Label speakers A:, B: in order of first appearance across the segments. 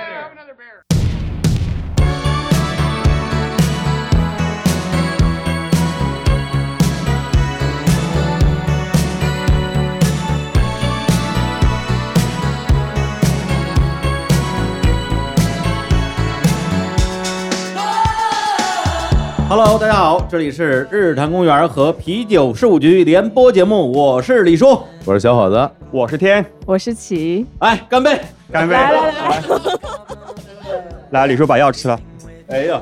A: bear.
B: Hello，大家好，这里是日坛公园和啤酒事务局联播节目，我是李叔，
C: 我是小伙子，
D: 我是天，
E: 我是齐，
B: 哎，干杯！
D: 干杯！
E: 来来来，
D: 来，李叔把药吃了。
B: 哎呀，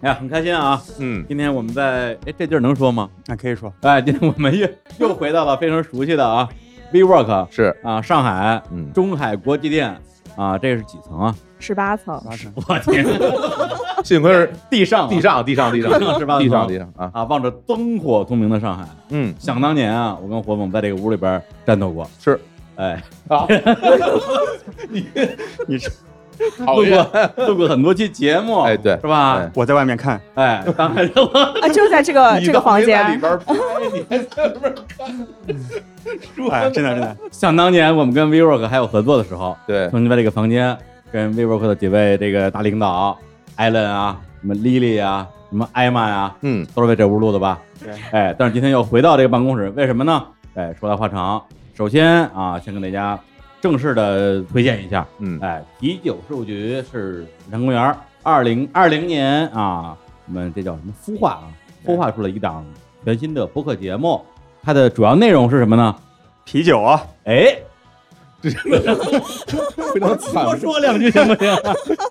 B: 哎呀，很开心啊！
D: 嗯，
B: 今天我们在哎这地儿能说吗？
D: 那可以说，
B: 哎，今天我们又又回到了非常熟悉的啊，WeWork
C: 是，
B: 啊，上海
C: 嗯，
B: 中海国际店啊，这是几层啊？
E: 十八层，
D: 八成
B: 我天，
C: 幸亏是
B: 地上啊
C: 地上，地上，地上，
B: 地上是吧
C: 地上，地上啊，
B: 啊，望着灯火通明的上海，
C: 嗯，
B: 想当年啊，我跟火总在这个屋里边战斗过，
C: 是
B: 哎，
C: 啊，
D: 你这
C: 讨
B: 录
C: 厌，
B: 过 录过很多期节目，
C: 哎对
B: 是吧
C: 哎？
D: 我在外面看，
B: 哎，当然了，
E: 啊，就在这个
C: 你
E: 这个
C: 当
E: 房
C: 没在里
E: 间，
C: 边拍，你还在里边嗯
D: 哎，真的真的，
B: 想当年我们跟 WeWork 还有合作的时候，
C: 对
B: 曾经在这个房间跟 WeWork 的几位这个大领导，艾伦啊，什么 Lily 啊，什么艾玛呀，
C: 嗯，
B: 都是为这屋录的吧？
D: 对
B: 哎，但是今天又回到这个办公室，为什么呢？哎，说来话长，首先啊，先跟大家正式的推荐一下，
C: 嗯
B: 哎，啤酒事务局是日坛公园二零二零年啊，我们这叫什么孵化啊？孵化出了一档全新的播客节目，它的主要内容是什么呢？
D: 啤酒啊，
B: 哎，
C: 非常惨
B: 多说两句行不 行？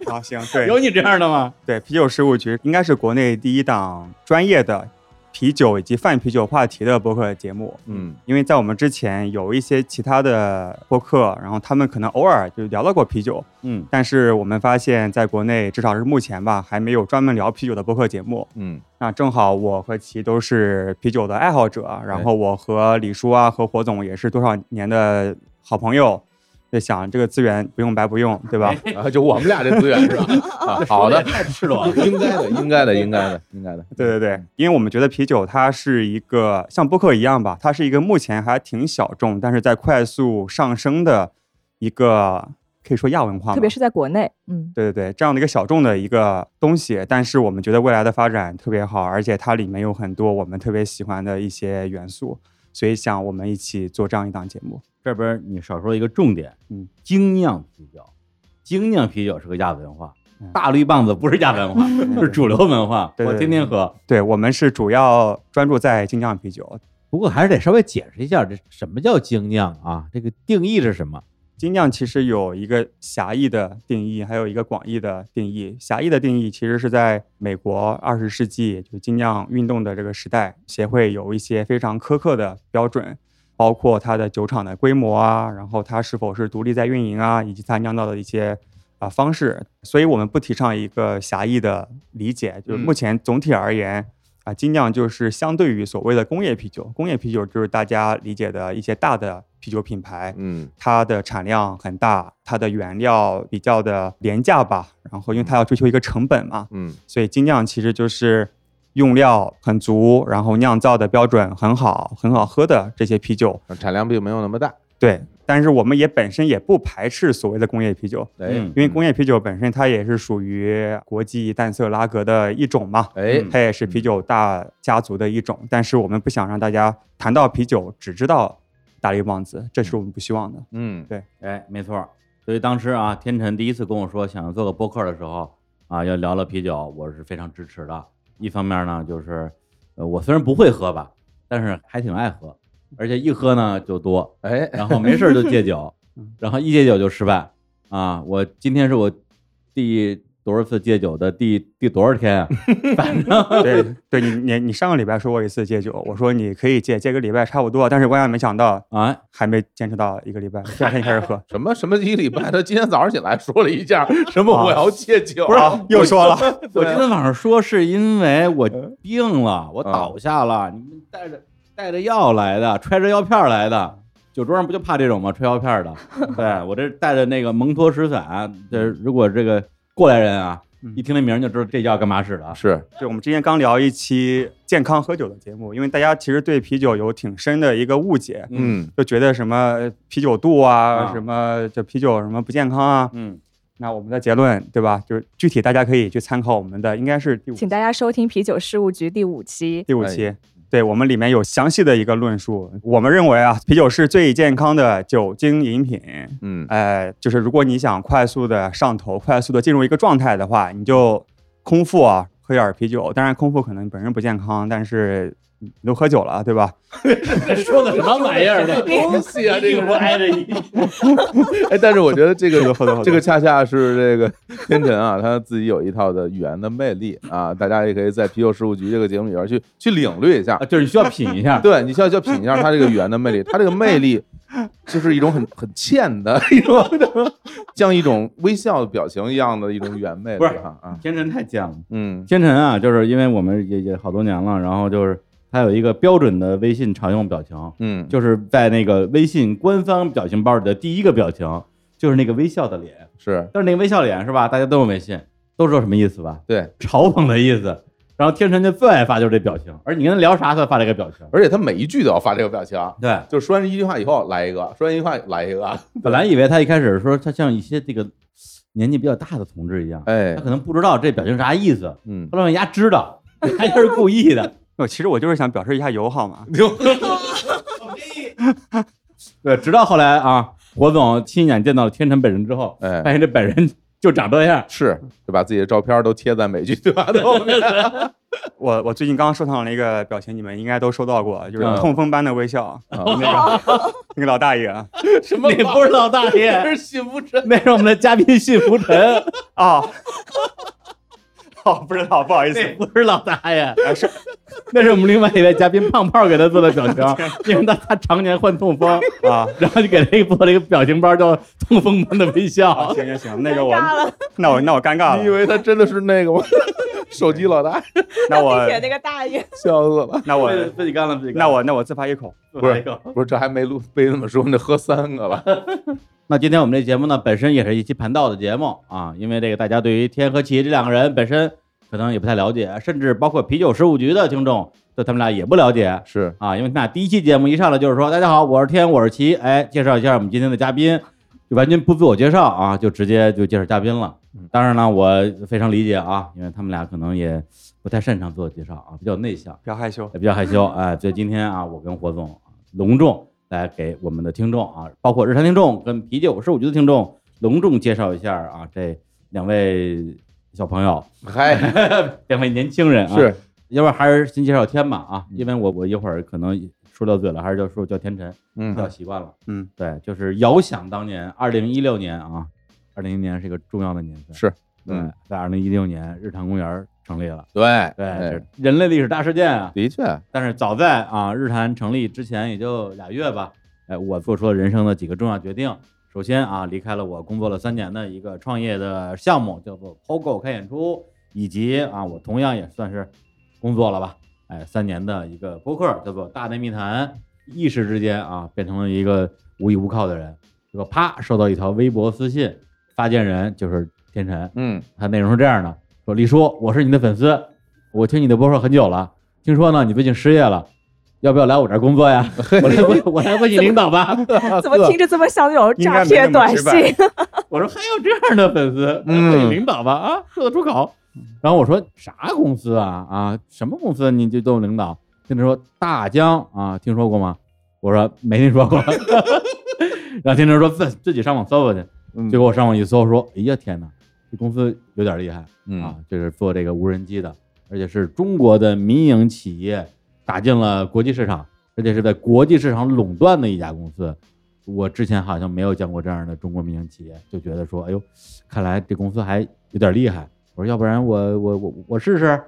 D: 啊行，对
B: 有你这样的吗？
D: 对，啤酒事务局应该是国内第一档专业的啤酒以及泛啤酒话题的播客节目。
C: 嗯，
D: 因为在我们之前有一些其他的播客，然后他们可能偶尔就聊到过啤酒，
B: 嗯
D: 但是我们发现，在国内至少是目前吧，还没有专门聊啤酒的播客节目。
C: 嗯，
D: 那正好我和齐都是啤酒的爱好者，然后我和李叔啊和火总也是多少年的好朋友，就想这个资源不用白不用，对吧？
C: 啊，就我们俩这资源
E: 哦
C: 是吧？啊，好的，
B: 太赤裸了。
C: 应该的，应该的，应该的，应该的，
D: 对对
C: 嗯
D: 对，因为我们觉得啤酒它是一个像播客一样吧，它是一个目前还挺小众，但是在快速上升的一个可以说亚文化嘛，
E: 特别是在国内，嗯，
D: 对对对，这样的一个小众的一个东西，但是我们觉得未来的发展特别好，而且它里面有很多我们特别喜欢的一些元素，所以想我们一起做这样一档节目。
B: 这边你少说一个重点，
D: 嗯，
B: 精酿啤酒，精酿啤酒是个亚文化
D: 嗯，
B: 大绿棒子不是亚 文化，是主流文化，
D: 对对
B: 我
D: 对
B: 天天喝。
D: 对我们是主要专注在精酿啤酒，
B: 不过还是得稍微解释一下，这什么叫精酿啊？这个定义是什么？
D: 精酿其实有一个狭义的定义，还有一个广义的定义。狭义的定义其实是在美国二十世纪就精酿运动的这个时代，协会有一些非常苛刻的标准，包括它的酒厂的规模啊，然后它是否是独立在运营啊，以及它酿造的一些啊、方式。所以我们不提倡一个狭义的理解，就是
C: 嗯
D: 目前总体而言。啊，精酿就是相对于所谓的工业啤酒，工业啤酒就是大家理解的一些大的啤酒品牌，
C: 嗯
D: 它的产量很大，它的原料比较的廉价吧，然后因为它要追求一个成本嘛，
C: 嗯
D: 所以精酿其实就是用料很足，然后酿造的标准很好，很好喝的这些啤酒。
C: 嗯，产量并没有那么大，
D: 对，但是我们也本身也不排斥所谓的工业啤酒，
C: 哎，
B: 嗯
D: 因为工业啤酒本身它也是属于国际淡色拉格的一种嘛。嗯
C: 哎，
D: 它也是啤酒大家族的一种，但是我们不想让大家谈到啤酒只知道大力棒子，这是我们不希望的。
C: 嗯，
B: 哎，没错儿。所以当时啊，天辰第一次跟我说想要做个播客的时候啊，要聊聊啤酒，我是非常支持的。一方面呢，就是呃，我虽然不会喝吧，但是还挺爱喝，而且一喝呢就多，
C: 哎，，
B: 然后没事儿就戒 酒
D: 嗯，
B: 然后一戒酒就失败啊！我今天是我第多少次戒酒的第第多少天啊？反 正
D: 对，对你你你上个礼拜说过一次戒酒，我说你可以戒，戒个礼拜差不多，但是万万没想到
B: 哎，
D: 还没坚持到一个礼拜，第二天开始喝
C: 什么什么一礼拜，他今天早上起来说了一下，什么我要戒酒，
D: 啊
C: 啊
D: 不是又 说了，
B: 我今天晚上说是因为我病了，我
C: 嗯
B: 倒下了，你们带着带着药来的，揣着药片儿来的。酒桌上不就怕这种吗？揣药片儿 的，对我这带着那个蒙脱石散，这如果这个过来人啊，
D: 嗯
B: 一听这名儿就知道这药干嘛使的。
C: 是，
D: 对，我们之前刚聊一期健康喝酒的节目，因为大家其实对啤酒有挺深的一个误解，
B: 嗯
C: 嗯
D: 就觉得什么啤酒肚啊，
B: 啊
D: 什么这啤酒什么不健康啊，
B: 嗯
D: 那我们的结论对吧？就是具体大家可以去参考我们的，应该是第五
E: 请大家收听啤酒事务局第五期。
D: 第五
C: 哎
D: 期，对我们里面有详细的一个论述。我们认为啊，啤酒是最健康的酒精饮品。
C: 嗯，
D: 呃，就是如果你想快速的上头、快速的进入一个状态的话，你就空腹啊喝点儿啤酒。当然，空腹可能本身不健康，但是你都喝酒了，对吧？
B: 这 说的什么玩意 儿？这
C: 东西啊，这个
B: 不挨着一，
C: 哎，但是我觉得这 个
D: 喝多喝多
C: 这个恰恰是这个天辰啊，他自己有一套的语言的魅力啊，大家也可以在啤酒事务局这个节目里边去去领略一下
B: 啊，。就是你需要品 一下。
C: 对你需要需要品一下他这个语言的魅力，他这个魅力就是一种很很欠的一种，像一种微笑表情一样的一种语言魅
B: 不
C: 力
B: 是
C: 啊啊
B: 天辰太犟了。
C: 嗯
B: 天辰啊，就是因为我们也也好多年了，然后就是他有一个标准的微信常用表情，
C: 嗯，
B: 就是在那个微信官方表情包里的第一个表情，就是那个微笑的脸。
C: 是
B: 但是那个微笑脸是吧？大家都用微信，都知道什么意思吧？
C: 对，
B: 嘲讽的意思。然后天辰就最爱发就是这表情，而你跟他聊啥，他发这个表情。
C: 而且他每一句都要发这个表情，啊
B: 对，
C: 就是说完一句话以后来一个，说完一句话来一个，
B: 本来以为他一开始说他像一些这个年纪比较大的同志一样，
C: 哎
B: 他，可能不知道这表情啥意思，
C: 嗯，
B: 后来人家知道，他就是故意 的。
D: 我其实我就是想表示一下友好嘛。
B: 对，直到后来啊，火总亲眼见到了天辰本人之后，
C: 哎
B: 发现这本人就长这样。
C: 是就把自己的照片都贴在每句对 话的后面，
D: 我我最近刚收藏了一个表情，你们应该都收到过，就是
B: 嗯
D: 痛风般的微笑，
C: 啊
D: 那个那个老大爷啊
C: 什么
B: 那不是老大 爷，
C: 是信不真，
B: 那是我们的嘉宾信福 臣，
D: 哦，哦，不知道，不好意思，
B: 那不是老大爷，
D: 啊是
B: 那是我们另外一位嘉宾胖胖给他做的表 情，因为他他常年患痛风，
D: 啊。
B: 然后就给他做了一个表情包，叫“痛风般的微笑
D: 啊行行行，那个我
E: 尴尬了，
D: 那我那我尴尬
C: 你以
D: 了，
C: 为他真的是那个吗？ 手机老大，
D: 那我
E: 并且那个大爷，
C: 笑死了。
D: 那”。我
B: 自己干了，自己干了。
D: 那我那我自罚一口。
B: 不
C: 不是不是，这还没录，被这么说，那喝三个 了。
B: 那今天我们这节目呢，本身也是一期盘道的节目啊，因为这个大家对于天和奇这两个人本身可能也不太了解，甚至包括啤酒事务局的听众对他们俩也不了解
C: 是，
B: 啊，因为他们俩第一期节目一上来就是说，大家好，我是天，我是奇，哎，介绍一下我们今天的嘉宾，就完全不自我介绍啊，就直接就介绍嘉宾了。当然呢，我非常理解啊，因为他们俩可能也不太擅长自我介绍啊，比较内向。
D: 不要害羞，
B: 也比较害羞哎，所以今天啊，我跟火总啊隆重来给我们的听众啊，包括日常听众跟啤酒事务局的听众，隆重介绍一下啊，这两位小朋友，
C: 嗨，
B: 两位年轻人啊，
C: 是，
B: 要不然还是先介绍天吧啊，
C: 嗯
B: 因为我我一会儿可能说到嘴了，还是叫说叫天辰，
C: 嗯
B: 叫习惯了，
D: 嗯，
B: 对，就是遥想当年，二零一六年啊，二零一年是一个重要的年份，
C: 是，
B: 对
C: 嗯，
B: 在二零一六年，日坛公园成立了，
C: 对
B: 对，
C: 哎
B: 这是人类历史大事件啊，
C: 的确，
B: 但是早在啊日坛成立之前也就俩月吧，哎，我做出了人生的几个重要决定。首先啊，离开了我工作了三年的一个创业的项目，叫做 POGO 看演出，以及啊，我同样也算是工作了吧，哎，三年的一个播客叫做《大内密谈》，一时之间啊，变成了一个无依无靠的人。结果啪，收到一条微博私信，发件人就是天辰，
C: 嗯，
B: 他内容是这样的：说李叔，我是你的粉丝，我听你的播客很久了，听说呢你最近失业了，要不要来我这儿工作 呀？我来问，我来问你领导吧。
E: 怎么听着这么像那种
D: 应该
E: 诈
D: 没那
E: 骗
D: 么
E: 短
D: 直白
E: 信？
B: 我说还有这样的粉丝，
C: 嗯
B: 问你领导吧啊，说得出口。然后我说啥公司啊啊，什么公司你就都有领导？跟他说大疆啊，听说过吗？我说没听说过。 然后天成说自自己上网搜搜去，
C: 嗯
B: 结果我上网一搜，说哎呀天哪，这公司有点厉害。啊
C: 嗯，，
B: 就是做这个无人机的，而且是中国的民营企业打进了国际市场，而且是在国际市场垄断的一家公司。我之前好像没有见过这样的中国民营企业，就觉得说，哎呦，看来这公司还有点厉害。我说，要不然我我我我试试，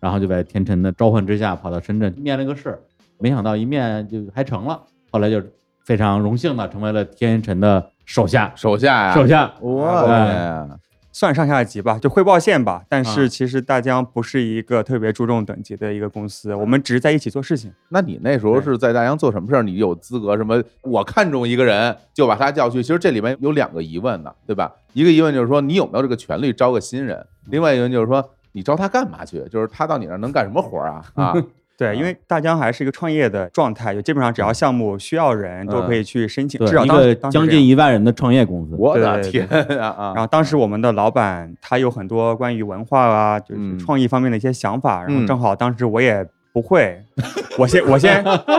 B: 然后就在天辰的召唤之下跑到深圳面了个试，没想到一面就还成了，后来就非常荣幸的成为了天辰的手下，
C: 手下呀，
B: 手下，
C: 哇
B: 哎
C: 塞，
D: 算上下级吧，就汇报线吧。但
B: 啊
D: 是其实大疆不是一个特别注重等级的一个公司，我们只是在一起做事情。
C: 那你那时候是在大洋做什么事儿？你有资格什么？我看中一个人就把他叫去，其实这里面有两个疑问呢，对吧？一个疑问就是说你有没有这个权利招个新人，另外一个疑问就是说你招他干嘛去？就是他到你那儿能干什么活儿啊？啊，
D: 对，因为大疆还是一个创业的状态，就基本上只要项目需要人都可以去申请，
B: 对
D: 至少
B: 一
D: 当
B: 个
D: 时当时
B: 将
D: 这样
B: 近一万人的创业公司，
C: 我的
D: 对
C: 天
D: 对
C: 啊
D: 然
C: 啊！
D: 后当时我们的老板他有很多关于文化啊，就
C: 嗯
D: 是创意方面的一些想法，然
C: 嗯
D: 后正好当时我也不会， 我先我先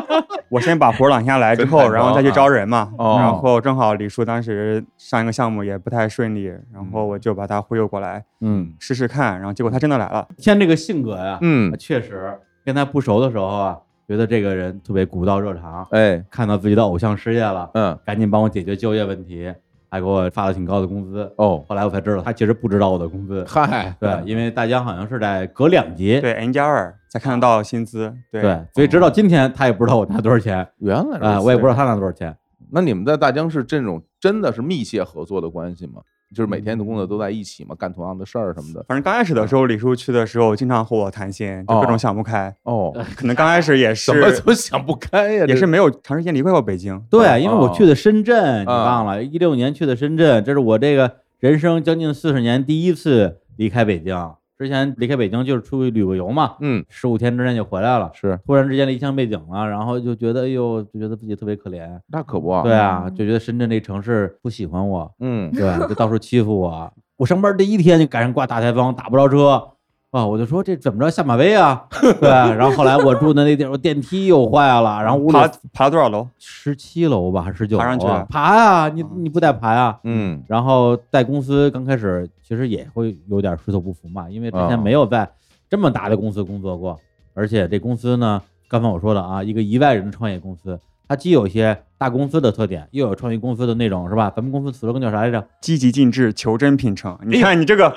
D: 我先把活儿揽下来之
C: 分
D: 后，
C: 担
D: 然后再去招人嘛。
C: 啊哦
D: 然后正好李叔当时上一个项目也不太顺利，然后我就把他忽悠过来
C: 嗯
D: 试试看，然后结果他真的来了。
B: 像这个性格呀、啊
C: 嗯，
B: 确实跟他不熟的时候啊，觉得这个人特别古道热肠，
C: 哎，
B: 看到自己的偶像失业了，
C: 嗯
B: 赶紧帮我解决就业问题，还给我发了挺高的工资。
C: 哦，
B: 后来我才知道，他其实不知道我的工资。
C: 嗨，
B: 对，因为大家好像是在隔两级，
D: 对 N 加二才看得到薪资，对
B: 对，所以直到今天他也不知道我拿多少钱
C: 原来
B: 啊、
C: 如此
B: 我也不知道他拿多少钱。
C: 那你们在大疆是这种真的是密切合作的关系吗？就是每天的工作都在一起吗？干同样的事儿什么的？
D: 反正刚开始的时候，李叔去的时候经常和我谈心，就各
C: 哦
D: 种想不开，
C: 哦，
D: 可能刚开始也 呃是
C: 怎么都想不开呀？
D: 也
C: 这
D: 是没有长时间离开过北京。
B: 对，因为我
C: 哦
B: 去的深圳，你
C: 啊
B: 忘了，一六年去的深圳，这是我这个人生将近四十年第一次离开北京。之前离开北京就是出去旅个游嘛，
C: 嗯
B: 十五天之内就回来了。
C: 是，
B: 突然之间离乡背井了，然后就觉得，哎呦，就觉得自己特别可怜。
C: 那可不
D: 哦
C: 啊。
B: 对啊，
E: 嗯
B: 就觉得深圳这城市不喜欢我，
C: 嗯
B: 对，就到处欺负我。我上班第一天就赶上刮大台风，打不着车啊，我就说这怎么着下马威啊？ 对，然后后来我住的那地儿，我电梯又坏了，然后屋里
D: 爬爬了多少楼？
B: 十七楼吧还是十九楼
D: 爬上去
B: 啊
D: 了？
B: 爬啊，你你不带爬啊？
C: 嗯
B: 然后在公司刚开始其实也会有点水土不服嘛，因为之
C: 啊
B: 前没有在这么大的公司工作过，而且这公司呢，刚才我说了啊，一个一万人的创业公司，它既有一些大公司的特点，又有创业公司的那种是吧？咱们公司 slogan 叫啥来着？
D: 积极进制，求真 品诚。你看你这个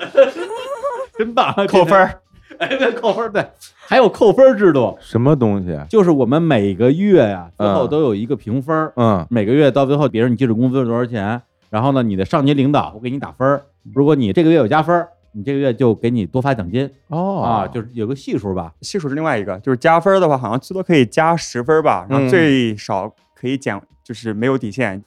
B: 真棒，
D: 扣分，儿，
B: 哎，对， 扣分儿，对，还有扣分儿制度，
C: 什么东西？
B: 就是我们每个月呀、最后
C: 嗯
B: 都有一个评分儿，
C: 嗯
B: 每个月到最后，比如你基础工资是多少钱，然后呢，你的上级领导会给你打分儿，如果你这个月有加分儿，你这个月就给你多发奖金
C: 哦
B: 啊，就是有个系数吧。
D: 系数是另外一个，就是加分儿的话，好像最多可以加十分儿吧，然
C: 嗯
D: 后最少可以减，就是没有底线。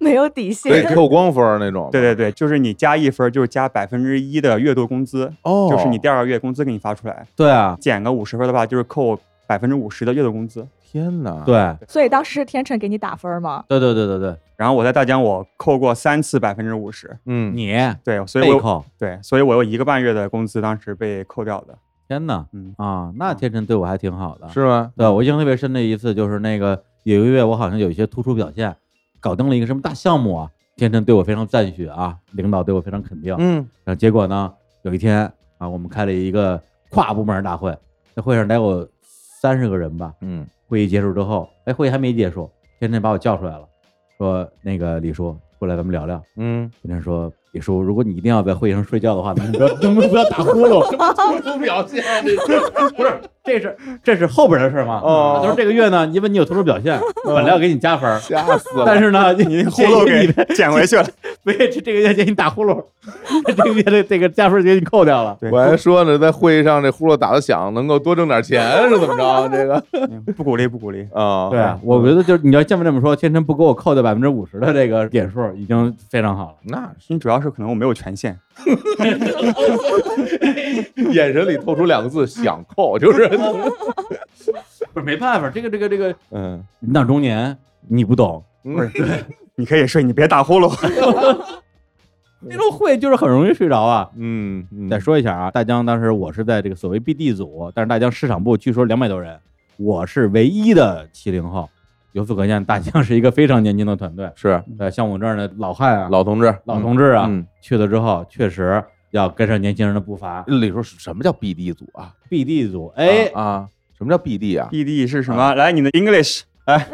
E: 没有底
C: 对
E: 线。
C: 扣光分儿那种。
D: 对对对，就是你加一分儿，就是加百分之一的月度工资，
C: 哦，
D: 就是你第二个月工资给你发出来。
B: 对啊，
D: 减个五十分儿的话，就是扣百分之五十的月度工资。
C: 天哪！
B: 对，嗯
E: 所以当时是天成给你打分吗？
B: 啊对对对对对，
D: 然后我在大疆，我扣过三次百分之五十，
C: 嗯，
B: 你
D: 对，所以
B: 被
D: 我
B: 扣，
D: 对，所以我有一个半月的工资当时被扣掉 的。
B: 天哪，
D: 嗯
B: 啊，那天辰对我还挺好的。
C: 是吗？
B: 对我印象特别深的一次就是那个有一个月我好像有一些突出表现，搞定了一个什么大项目啊，天辰对我非常赞许啊，领导对我非常肯定。
C: 嗯
B: 然后结果呢，有一天啊，我们开了一个跨部门大会，那会上得有三十个人吧。
C: 嗯，
B: 会议结束之后，哎，会议还没结束，天辰把我叫出来了，说那个李叔过来咱们聊聊。
C: 嗯，
B: 天辰说，李叔，如果你一定要在会议上睡觉的话，能不能能不能不要打呼噜？
C: 突出表现，
B: 不是，这是这是后边的事儿吗？
C: 哦
B: 他说这个月呢，因为你有突出表现，本来要给你加分儿，
C: 吓死了！
B: 但是呢，你
D: 呼噜
B: 建议 你
D: 给减回去了。
B: 不是这这个月给你打呼噜， 这个月的这个加分儿给你扣掉了。
D: 对
C: 我还说呢，在会议上这呼噜打的响，能够多挣点钱是怎么着？啊这个
D: 嗯不鼓励，不鼓励。
C: 啊，
B: 对，我觉得就是你要这么这么说，天辰不给我扣掉百分之五十的这个点数，已经非常好了。
C: 那是
D: 因为主要是可能我没有权限，
C: 眼神里透出两个字“想扣”，就是
B: 不是没办法，这个这个这个
C: 嗯，
B: 人到中年你不懂，
D: 不是，你可以睡，你别打呼噜。
B: 那种会就是很容易睡着啊。
C: 嗯嗯，
B: 再说一下啊，大疆当时我是在这个所谓 BD 组，但是大疆市场部据说两百多人，我是唯一的七零后。由此可见，大疆是一个非常年轻的团队。
C: 是
B: 呃，像我这样的老汉啊、
C: 老同志，
B: 老同志啊，
C: 嗯，
B: 去了之后确实要跟上年轻人的步伐。
C: 李叔，什么叫 BD 组啊？
B: BD 组，哎，
C: 啊啊，什么叫 BD 啊？
D: E D 是什么？来，你的 English，来，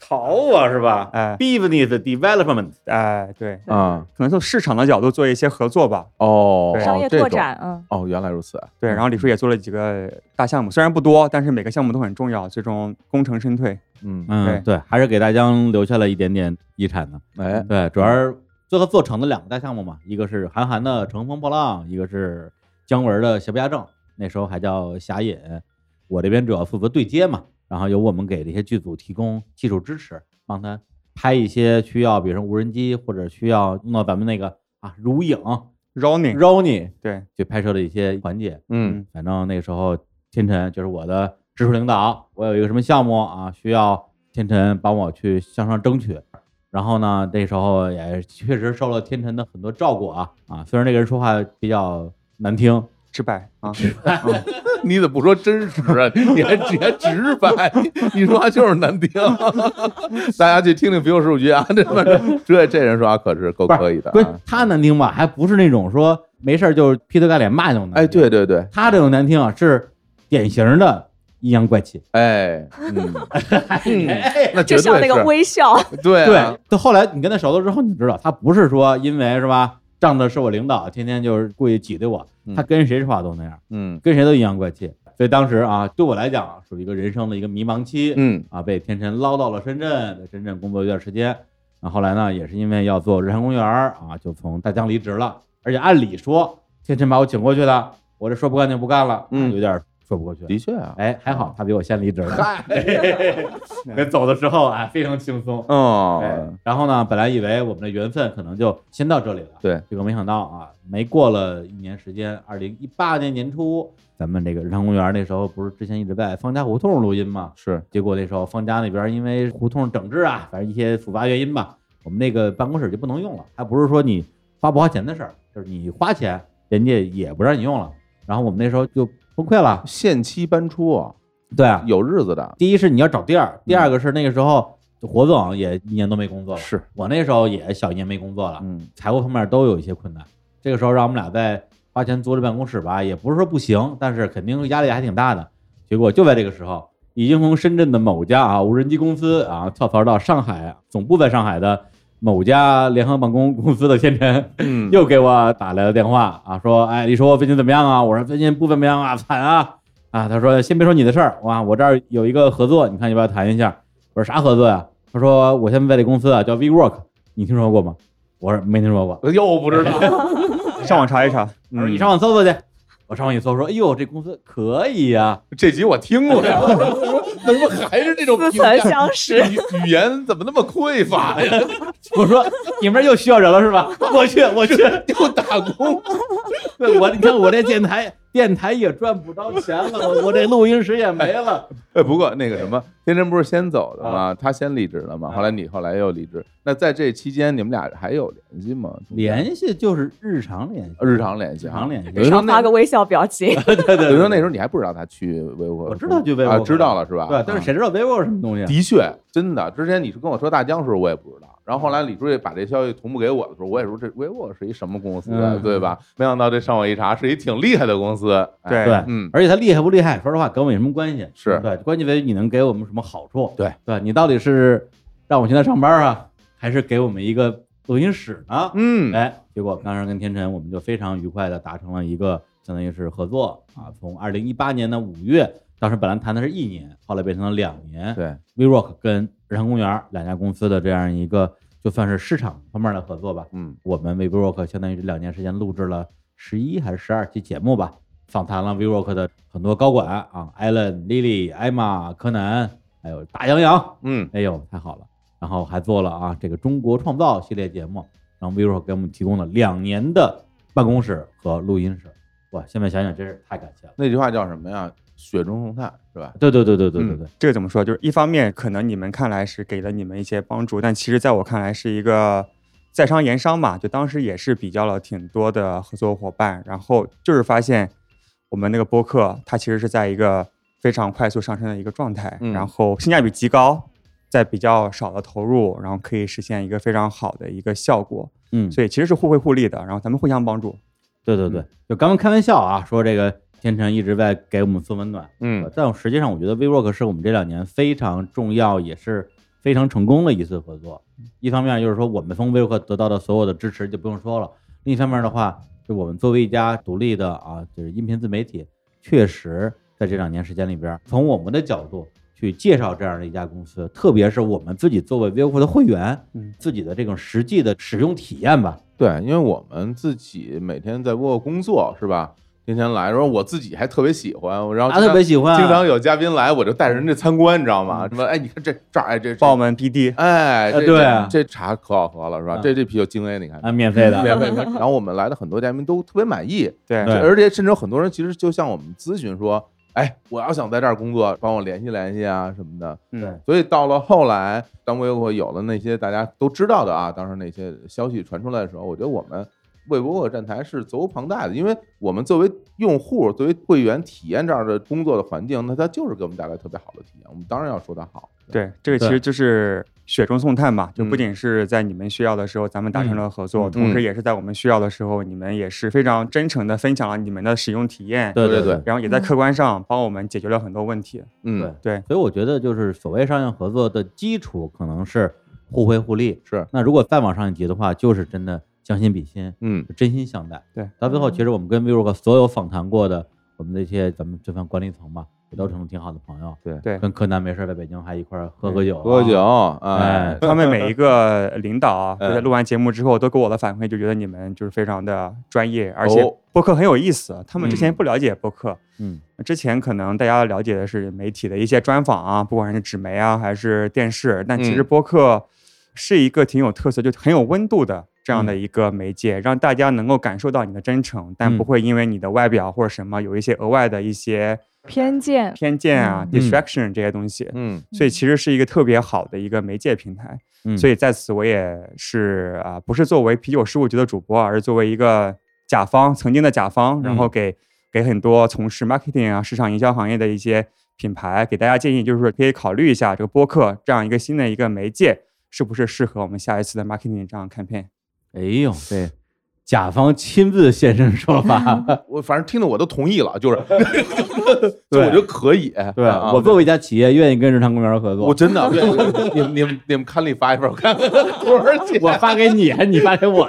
B: 考我啊是吧
D: 哎，
B: ？Business Development，
D: 哎，对，
C: 啊，
D: 可能从市场的角度做一些合作吧。
C: 哦，
D: 对啊
E: 商业
C: 这
E: 拓
C: 种
E: 展，嗯，
C: 哦，原来如此，
D: 对，然后李叔也做了几个大项目，虽然不多，但是每个项目都很重要，最终功成身退。
C: 嗯，
B: 嗯，对，还是给大疆留下了一点点遗产的。
C: 哎，
B: 对，主要是最后做成的两个大项目嘛，一个是韩寒的《乘风破浪》，一个是姜文的《邪不压正》，那时候还叫侠隐。我这边主要负责对接嘛，然后由我们给这些剧组提供技术支持，帮他拍一些需要，比如说无人机或者需要用到咱们那个啊如影
D: Running，
B: Rony
D: 对，
B: 去拍摄的一些环节。
C: 嗯
B: 反正那时候天辰就是我的直属领导，我有一个什么项目啊，需要天辰帮我去向上争取。然后呢，那时候也确实受了天辰的很多照顾啊啊，虽然那个人说话比较难听，
D: 直白啊，
C: 你怎么不说真实啊？你还你还直白，你说话就是难听。 大家去听听 feel 数据啊，这反正这这人说话可是够可以的、
B: 不是
C: 啊。
B: 他难听吧，还不是那种说没事儿就是劈头盖脸骂那种难听。
C: 哎，对，对对，
B: 他这种难听啊，是典型的阴阳怪气。
C: 哎，嗯，嗯那绝
E: 就
C: 对
E: 像那个
C: 是，
E: 微笑，
C: 对啊
B: 对，到后来你跟他熟了之后，你知道他不是说因为是吧，仗着是我领导，天天就是故意挤兑我
C: 嗯，
B: 他跟谁说话都那样，
C: 嗯
B: 跟谁都阴阳怪气。所以当时啊，对我来讲啊属于一个人生的一个迷茫期，
C: 嗯
B: 啊，被天辰捞到了深圳，在深圳工作一段时间。然后后来呢，也是因为要做日坛公园儿啊，就从大疆离职了。而且按理说，天辰把我请过去的，我这说不干就不干了，
C: 嗯
B: 有点说不过去。
C: 的确啊，
B: 哎，还好他比我先离职 了。 那走的时候啊，非常轻松。哎
C: 哦，，
B: 然后呢，本来以为我们的缘分可能就先到这里了，
C: 对，
B: 结果没想到啊，没过了一年时间，二零一八年年初，咱们这个日常公园那时候不是之前一直在方家胡同录音吗？
C: 是，
B: 结果那时候方家那边因为胡同整治啊，反正一些复杂原因吧，我们那个办公室就不能用了。还不是说你花不花钱的事儿，就是你花钱，人家也不让你用了。然后我们那时候就崩溃了。
C: 限期搬出啊，
B: 对啊，
C: 有日子的，
B: 第一是你要找地儿，第二个是那个时候火总也一年都没工作了，
C: 是，
B: 我那时候也小一年没工作了，
C: 嗯
B: 财务方面都有一些困难。这个时候让我们俩在花钱租了办公室吧，也不是说不行，但是肯定压力还挺大的。结果就在这个时候，已经从深圳的某家啊无人机公司啊跳槽到上海总部在上海的某家联合办公公司的天辰，
C: 嗯，
B: 又给我打来了电话啊，说，哎，你说我最近怎么样啊？我说最近不怎么样啊， 惨啊啊！他说先别说你的事儿，哇，我这儿有一个合作，你看要不要谈一下？我说啥合作呀、他说我现在在这公司啊，叫 WeWork，你听说过吗？我说没听说过。
C: 又不知道，
D: 上网查一查，嗯
B: 他说你上网搜搜去。我上网一搜，说哎呦，这公司可以呀、
C: 这集我听过呀， 怎么还是这种
E: 似
C: 评价
E: 曾相识。
C: 语语言怎么那么匮乏呀？
B: 我说你们这儿又需要人了是吧？我去，我去，
C: 又打工，
B: 我你看我这电台电台也赚不着钱了，我我这录音室也没了。
C: 哎，不过那个什么，天真不是先走的吗？他先离职了嘛，
B: 啊
C: 后来你后来又离职。那在这期间，你们俩还有联系吗？中间
B: 联系就是日常联系，
C: 日常联系
B: 日
C: 啊，
B: 常联系。
C: 有 人说
E: 常
C: 那
E: 发个微笑表情，
B: 对对
C: 有人说那时候你还不知道他去维吾尔，
B: 我知道去维吾尔
C: 啊，知道了是吧？
B: 对，但
C: 啊
B: 是谁知道 vivo 是什么东西啊？
C: 的确真的，之前你是跟我说大疆时候，我也不知道。然后后来李书记把这消息同步给我的时候，我也说这维吾尔是一什么公司啊，
B: 嗯
C: 对吧？没想到这上网一查，是一挺厉害的公司。哎
D: 对
B: 对，
C: 嗯，
B: 而且它厉害不厉害，说实话跟我有什么关系？
C: 是
B: 对，关键在于你能给我们什么好处？
C: 对，
B: 对你到底是让我去那上班啊，还是给我们一个录音室呢？
C: 嗯，
B: 哎，结果刚刚跟天辰，我们就非常愉快的达成了一个相当于是合作啊，从二零一八年的五月，当时本来谈的是一年，后来变成了两年。
C: 对，
B: ，WeWork 跟日常公园两家公司的这样一个就算是市场方面的合作吧。
C: 嗯
B: 我们为 WeWork 相当于这两年时间录制了十一还是十二期节目吧，访谈了 WeWork 的很多高管啊，Allen、Lily、Emma、柯南，还有大洋洋，
C: 嗯，
B: 哎呦，太好了！然后还做了啊这个中国创造系列节目，然后 WeWork 给我们提供了两年的办公室和录音室，哇，现在想想真是太感谢了。
C: 那句话叫什么呀？雪中送炭是吧？
B: 对对对对对对对，
D: 嗯这个怎么说？就是一方面，可能你们看来是给了你们一些帮助，但其实在我看来是一个在商言商嘛。就当时也是比较了挺多的合作伙伴，然后就是发现我们那个播客它其实是在一个非常快速上升的一个状态，
C: 嗯
D: 然后性价比极高，在比较少的投入，然后可以实现一个非常好的一个效果。
B: 嗯，
D: 所以其实是互惠互利的，然后咱们互相帮助。
B: 对对对，就刚刚开玩笑啊，说这个天成一直在给我们送温暖。
C: 嗯
B: 但实际上，我觉得 WeWork 是我们这两年非常重要，也是非常成功的一次合作。一方面就是说，我们从 WeWork 得到的所有的支持就不用说了；另一方面的话，就我们作为一家独立的啊，就是音频自媒体，确实在这两年时间里边，从我们的角度去介绍这样的一家公司，特别是我们自己作为 WeWork 的会员，
D: 嗯
B: 自己的这种实际的使用体验吧。
C: 对，因为我们自己每天在播工作是吧？天天来，然后我自己还特别喜欢，然后
B: 啊他特别喜欢、嗯
C: 经常有嘉宾来，我就带着人家参观，你知道吗？什么哎，你看这这儿哎这这
D: 帮我们 BD，
C: 哎，
B: 呃
C: 这
B: 对啊
C: 这这茶可好喝了是吧？
B: 嗯
C: 这这啤酒精 A，你看
B: 啊，免费的，
C: 免费。免费然后我们来的很多嘉宾都特别满意，
D: 对
B: 对
C: 而且甚至有很多人其实就向我们咨询说。哎，我要想在这儿工作，帮我联系联系啊什么的。
D: 嗯，
C: 所以到了后来，当微博有了那些大家都知道的啊，当时那些消息传出来的时候，我觉得我们微博客站台是责无旁贷的，因为我们作为用户、作为会员体验这样的工作的环境，那它就是给我们带来特别好的体验，我们当然要说它好。
D: 对，这个其实就是雪中送炭嘛，就不
C: 嗯
D: 仅是在你们需要的时候咱们达成了合作，
B: 嗯
D: 同时也是在我们需要的时候，你们也是非常真诚的分享了你们的使用体验，
B: 对嗯
C: 对
B: 对
C: 对，
D: 然后也在客观上帮我们解决了很多问题。
C: 嗯，
D: 对，
B: 所以我觉得就是所谓商业合作的基础可能是互惠互利。
C: 是，
B: 那如果再往上一级的话，就是真的将心比心，
C: 嗯，
B: 真心相待。
D: 对，
B: 到最后其实我们跟 Vivo 所有访谈过的我们的一些咱们这番管理层吧，也都成挺好的朋友。
C: 对
D: 对
B: 跟柯南没事儿在北京还一块儿喝喝酒啊，
C: 喝酒，哎
B: 哎，
D: 他们每一个领导啊，
C: 嗯
D: 就在录完节目之后都给我的反馈，就觉得你们就是非常的专业，
B: 哦
D: 而且播客很有意思。他们之前不了解播客，
B: 嗯，
D: 之前可能大家了解的是媒体的一些专访啊，不管是纸媒啊还是电视，但其实
C: 嗯
D: 播客是一个挺有特色，就很有温度的这样的一个媒介，让大家能够感受到你的真诚，但不
B: 嗯嗯
D: 会因为你的外表或者什么有一些额外的一些
E: 偏见，
D: 偏见啊、
B: 嗯
D: distraction 这些东西。
C: 嗯
D: 所以其实是一个特别好的一个媒介平台。
B: 嗯
D: 所以在此我也是啊、不是作为啤酒事务局的主播，而是作为一个甲方，曾经的甲方，然后给、给很多从事 marketing 啊、市场营销行业的一些品牌给大家建议，就是说可以考虑一下这个播客这样一个新的一个媒介。是不是适合我们下一次的 marketing 这样的 campaign？
B: 哎呦，对，甲方亲自现身说法。
C: 我反正听得我都同意了，就是， 就我觉得可以。
B: 对
C: 啊
B: 我作为一家企业，愿意跟日常公园合作，
C: 我真的， 你们你们你们刊例发一份，我看 看多少钱。
B: 我发给你，还是你发给 我，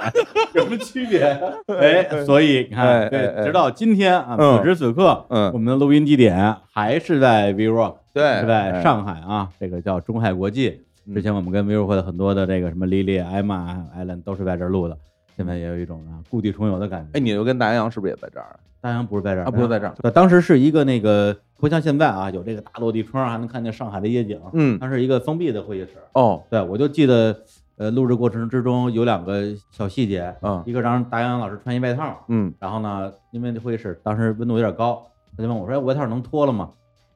B: 有什么区别？ 哎，所以你
C: 哎
B: 看，
C: 哎哎
B: 对，直到今天啊，
C: 嗯
B: 此时此刻，
C: 嗯哎
B: 我们的录音地点还是在 V Rock，
C: 对
B: 是在上海啊，这个叫中海国际。
C: 嗯
B: 之前我们跟 V Rock 会的很多的这个什么 Lily、Emma、Allen 啊都是在这儿录的，现在也有一种啊故地重游的感觉。
C: 嗯哎，你又跟南阳是不是也在这儿？
B: 当然不是在这儿，
C: 啊不是在这儿
B: 对，当时是一个那个不像现在啊，有这个大落地窗，还能看见上海的夜景。
C: 嗯
B: 它是一个封闭的会议室。
C: 哦，
B: 对，我就记得，呃，录制过程之中有两个小细节，
C: 嗯
B: 一个让达阳老师穿一外套，
C: 嗯
B: 然后呢，因为那会议室当时温度有点高，他就问我说：“哎，我外套能脱了吗？”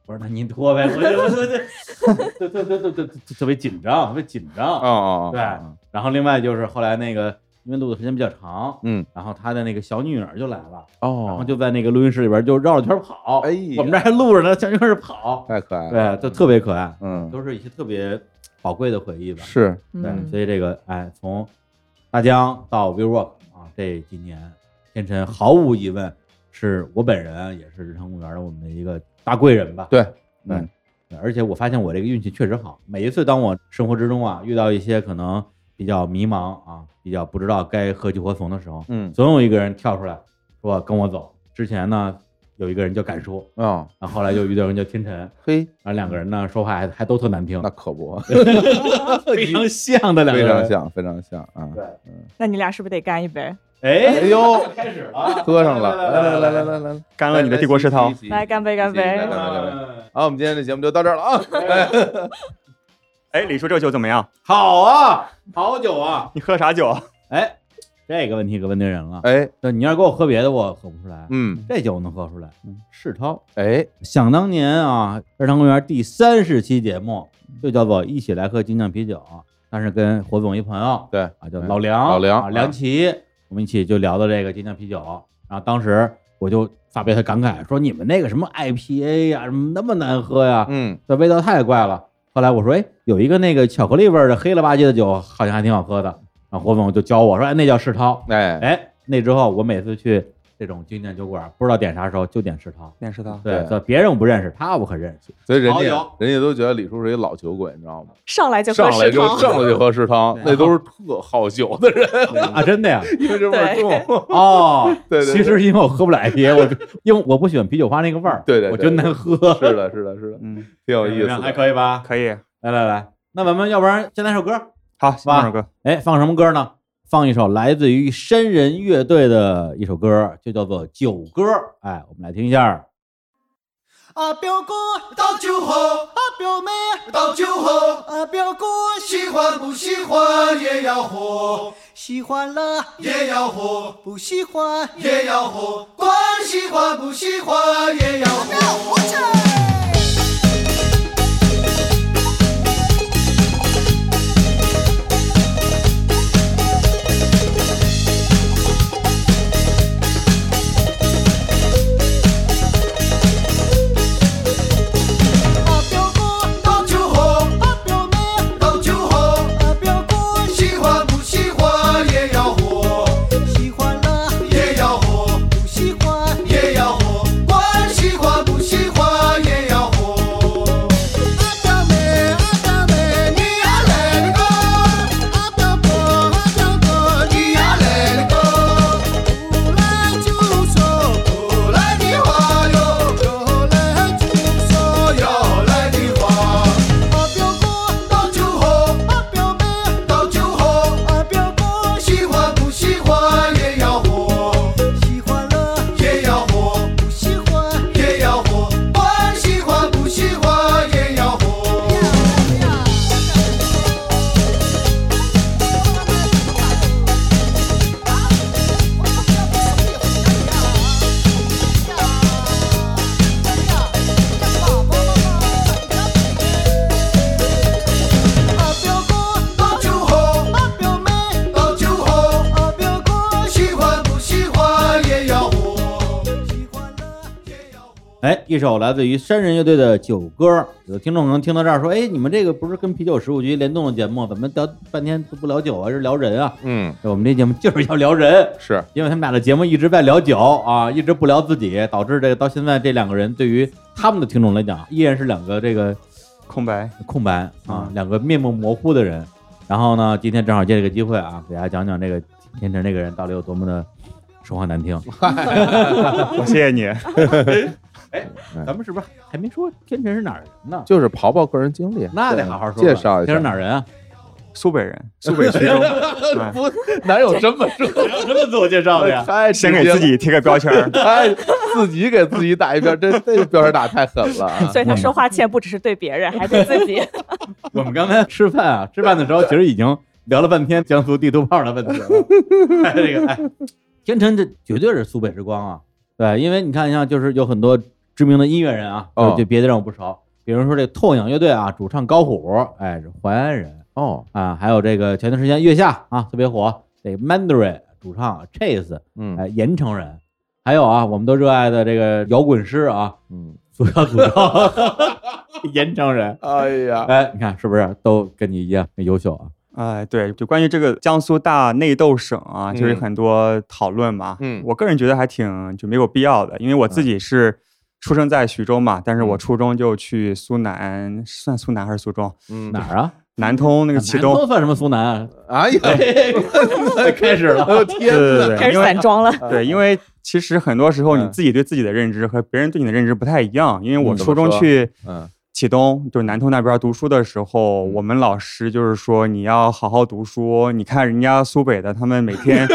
B: 我说：“那您脱呗。”我就我就就 就就就就就特别紧张，特别紧
C: 哦
B: 张。
C: 哦，
B: 对，然后另外就是后来那个，因为录的时间比较长，
C: 嗯
B: 然后他的那个小女儿就来了，然后
C: 哦，
B: 就在那个录音室里边就绕着圈跑，
C: 哎呀啊
B: 我们这还录着呢，小女儿跑，
C: 太可爱了。
B: 对，就特别可爱，
C: 嗯，
B: 都是一些特别宝贵的回忆吧。
C: 是
B: 对，
E: 嗯
B: 所，以这个哎，从大疆到 v i v o k 啊，这几年天辰毫无疑问是我本人也是日常公园的我们的一个大贵人吧。
C: 对，
B: 对
C: 嗯
B: 对而且我发现我这个运气确实好，每一次当我生活之中啊遇到一些可能比较迷茫啊，比较不知道该何去何从的时候，
C: 嗯
B: 总有一个人跳出来说跟我走。之前呢有一个人叫敢叔，
C: 哦，
B: 然后后来又遇到人叫天辰，然
C: 嘿，
B: 后两个人呢说话还还都特难听
C: 那，可不，
B: 非常像的两个人，
C: 非常像，非常像啊！
B: 对。
E: 那你俩是不是得干一杯？
B: 哎
C: 哎呦，
B: 开始了，
C: 喝上了，来来来来来来，
D: 干了你的帝国食堂，
E: 来干杯，干
C: 来
E: 杯！
C: 来来来，好，我们今天的节目就到这儿了啊！
D: 哎，李叔这酒怎么样？
B: 好啊，好酒啊！
D: 你喝啥 酒？
B: 哎，这个问题可问对人了。
C: 哎，
B: 对，你要是给我喝别的，我喝不出来。
C: 嗯，
B: 这酒我能喝出来。世涛，
C: 哎，
B: 想当年啊，日常公园第三十期节目就叫做“一起来喝精酿啤酒”，但是跟火总一朋友
C: 对，
B: 啊，叫老梁，
C: 老梁
B: 啊
C: 啊
B: 梁琦，我们一起就聊到这个精酿啤酒。然后当时我就发表他感慨说：“你们那个什么 IPA 呀、什么那么难喝呀？
C: 嗯
B: 这味道太怪了。后来我说，哎，有一个那个巧克力味儿的黑了吧唧的酒，好像还挺好喝的。然后火总就教我说，哎，那叫世涛。
C: 哎，
B: 哎，那之后我每次去这种经典酒馆，不知道点啥时候就点世涛。
D: 电视的，
B: 对
C: 对，
B: 这别人我不认识，他我可认识。
C: 所以人
B: 好
C: 家
B: 友
C: 人家都觉得李叔是一老酒鬼，你知道吗？
E: 上来就喝
C: 上来
E: 食
C: 就
E: 堂，
C: 上来就喝食堂，
D: 对
C: 那都是特好酒的人，
B: 啊， 真的呀？
C: 因为这味儿重。
B: 哦，
C: 对对
B: 其
C: 对
B: 实因为我喝不了 IPA，我因为我不喜欢啤酒花那个味儿，
C: 对对对
B: 我觉得难喝。
C: 是的，是的，是的，
D: 嗯，
C: 挺有 意思
B: 怎么样还
C: 的。
B: 可以吧？
D: 可以。
B: 来来来，那咱们要不然先来首歌。
D: 好，下
B: 哇
D: 首歌。
B: 哎，放什么歌呢？放一首来自于山人乐队的一首歌，就叫做《酒歌》。哎，我们来听一下。
A: 啊，表哥倒酒喝，啊，表妹倒酒喝，啊，表哥喜欢不喜欢也要喝，喜欢了也要喝，不喜欢也要喝，管喜欢不喜欢也要喝。啊，表哥倒酒喝，啊，表妹倒酒喝，啊，表哥喜欢不喜欢也要喝，喜欢了也要喝，不喜欢也要喝，管喜欢不喜欢也要喝。啊，表妹啊，表妹，你呀来了个，啊，表哥啊，表哥，你呀来了个。不来就说不来的话哟，要来就说要来的话。啊，表哥倒酒喝，啊，表妹倒酒喝，啊，表哥喜欢不喜欢也要喝，喜欢了也要喝，不喜欢也要喝，管喜欢不喜欢也要喝。啊，表哥倒酒喝，啊，表妹倒酒喝，啊，表哥喜欢不喜欢也要喝，喜欢了也要喝。
B: 哎，一首来自于山人乐队的《酒歌》，有听众可能听到这儿说：“哎，你们这个不是跟啤酒十五局联动的节目，怎么聊半天都不聊酒啊？这是聊人啊
C: 嗯，？”
B: 我们这节目就是要聊人，
C: 是
B: 因为他们俩的节目一直在聊酒啊，一直不聊自己，导致这个到现在这两个人对于他们的听众来讲，依然是两个这个
D: 空白。
B: 空白啊，
D: 嗯
B: 两个面目模糊的人。然后呢，今天正好借这个机会啊，给大家讲讲这个天成这个人到底有多么的说话难听。
D: 我谢谢你。
B: 咱们是不是还没说天成是哪儿人呢？
C: 就是刨刨个人经历，
B: 那得
C: 对
B: 好好说说
C: 介绍一
B: 天
C: 下
B: 成哪。儿人啊？
D: 苏北人，苏北 区中，哎
C: 不，哪有这么 说？
B: 这么自我介绍的呀？
C: 太
D: 先
C: 直
D: 给
C: 接
D: 自己贴个标签儿
C: 了，太自己给自己打一标，这这标准打太狠了啊。
E: 所以他说话欠不只是对别人，还对自己。
B: 我们刚才吃饭啊，吃饭的时候其实已经聊了半天江苏地图炮的问题 了。哎，这个哎，天成这绝对是苏北之光啊！对，因为你看，像就是有很多知名的音乐人啊，
C: 哦
B: 就就别的人我不熟，比如说这痛仰乐队啊，主唱高虎，哎，是淮安人
C: 哦，
B: 啊，还有这个前段时间月下啊特别火，这 Mandarin 主唱 Chase，
C: 嗯
B: 哎，盐城人，还有啊，我们都热爱的这个摇滚师啊，
C: 嗯，
B: 祖上祖 上，盐城人。
C: 哎呀，
B: 哎，你看是不是都跟你一样优秀啊？
D: 哎，对，就关于这个江苏大内斗省啊，就是
C: 嗯
D: 很多讨论嘛。
C: 嗯
D: 我个人觉得还挺就没有必要的，因为我自己是出生在徐州嘛，但是我
C: 嗯
D: 初中就去苏南，算苏南还是苏中？
C: 嗯，
B: 哪儿 啊？
D: 南通那个
B: 启
D: 启东。
B: 算什么苏南啊？
C: 哎呀，
B: 开始
C: 哎
B: 了，
C: 呦
D: 对
C: 天
D: 对
C: 哪！
D: 对
E: 开
D: 对，
E: 始
D: 因为
E: 散装了，
D: 对，因为其实很多时候你
C: 嗯
D: 自己对自己的认知和别人对你的认知不太一样。因为我
C: 嗯怎
D: 初
C: 么
D: 中
C: 说
D: 去
C: 嗯
D: 启东，就是南通那边读书的时候，我们老师就是说你要好好读书。你看人家苏北的，他们每天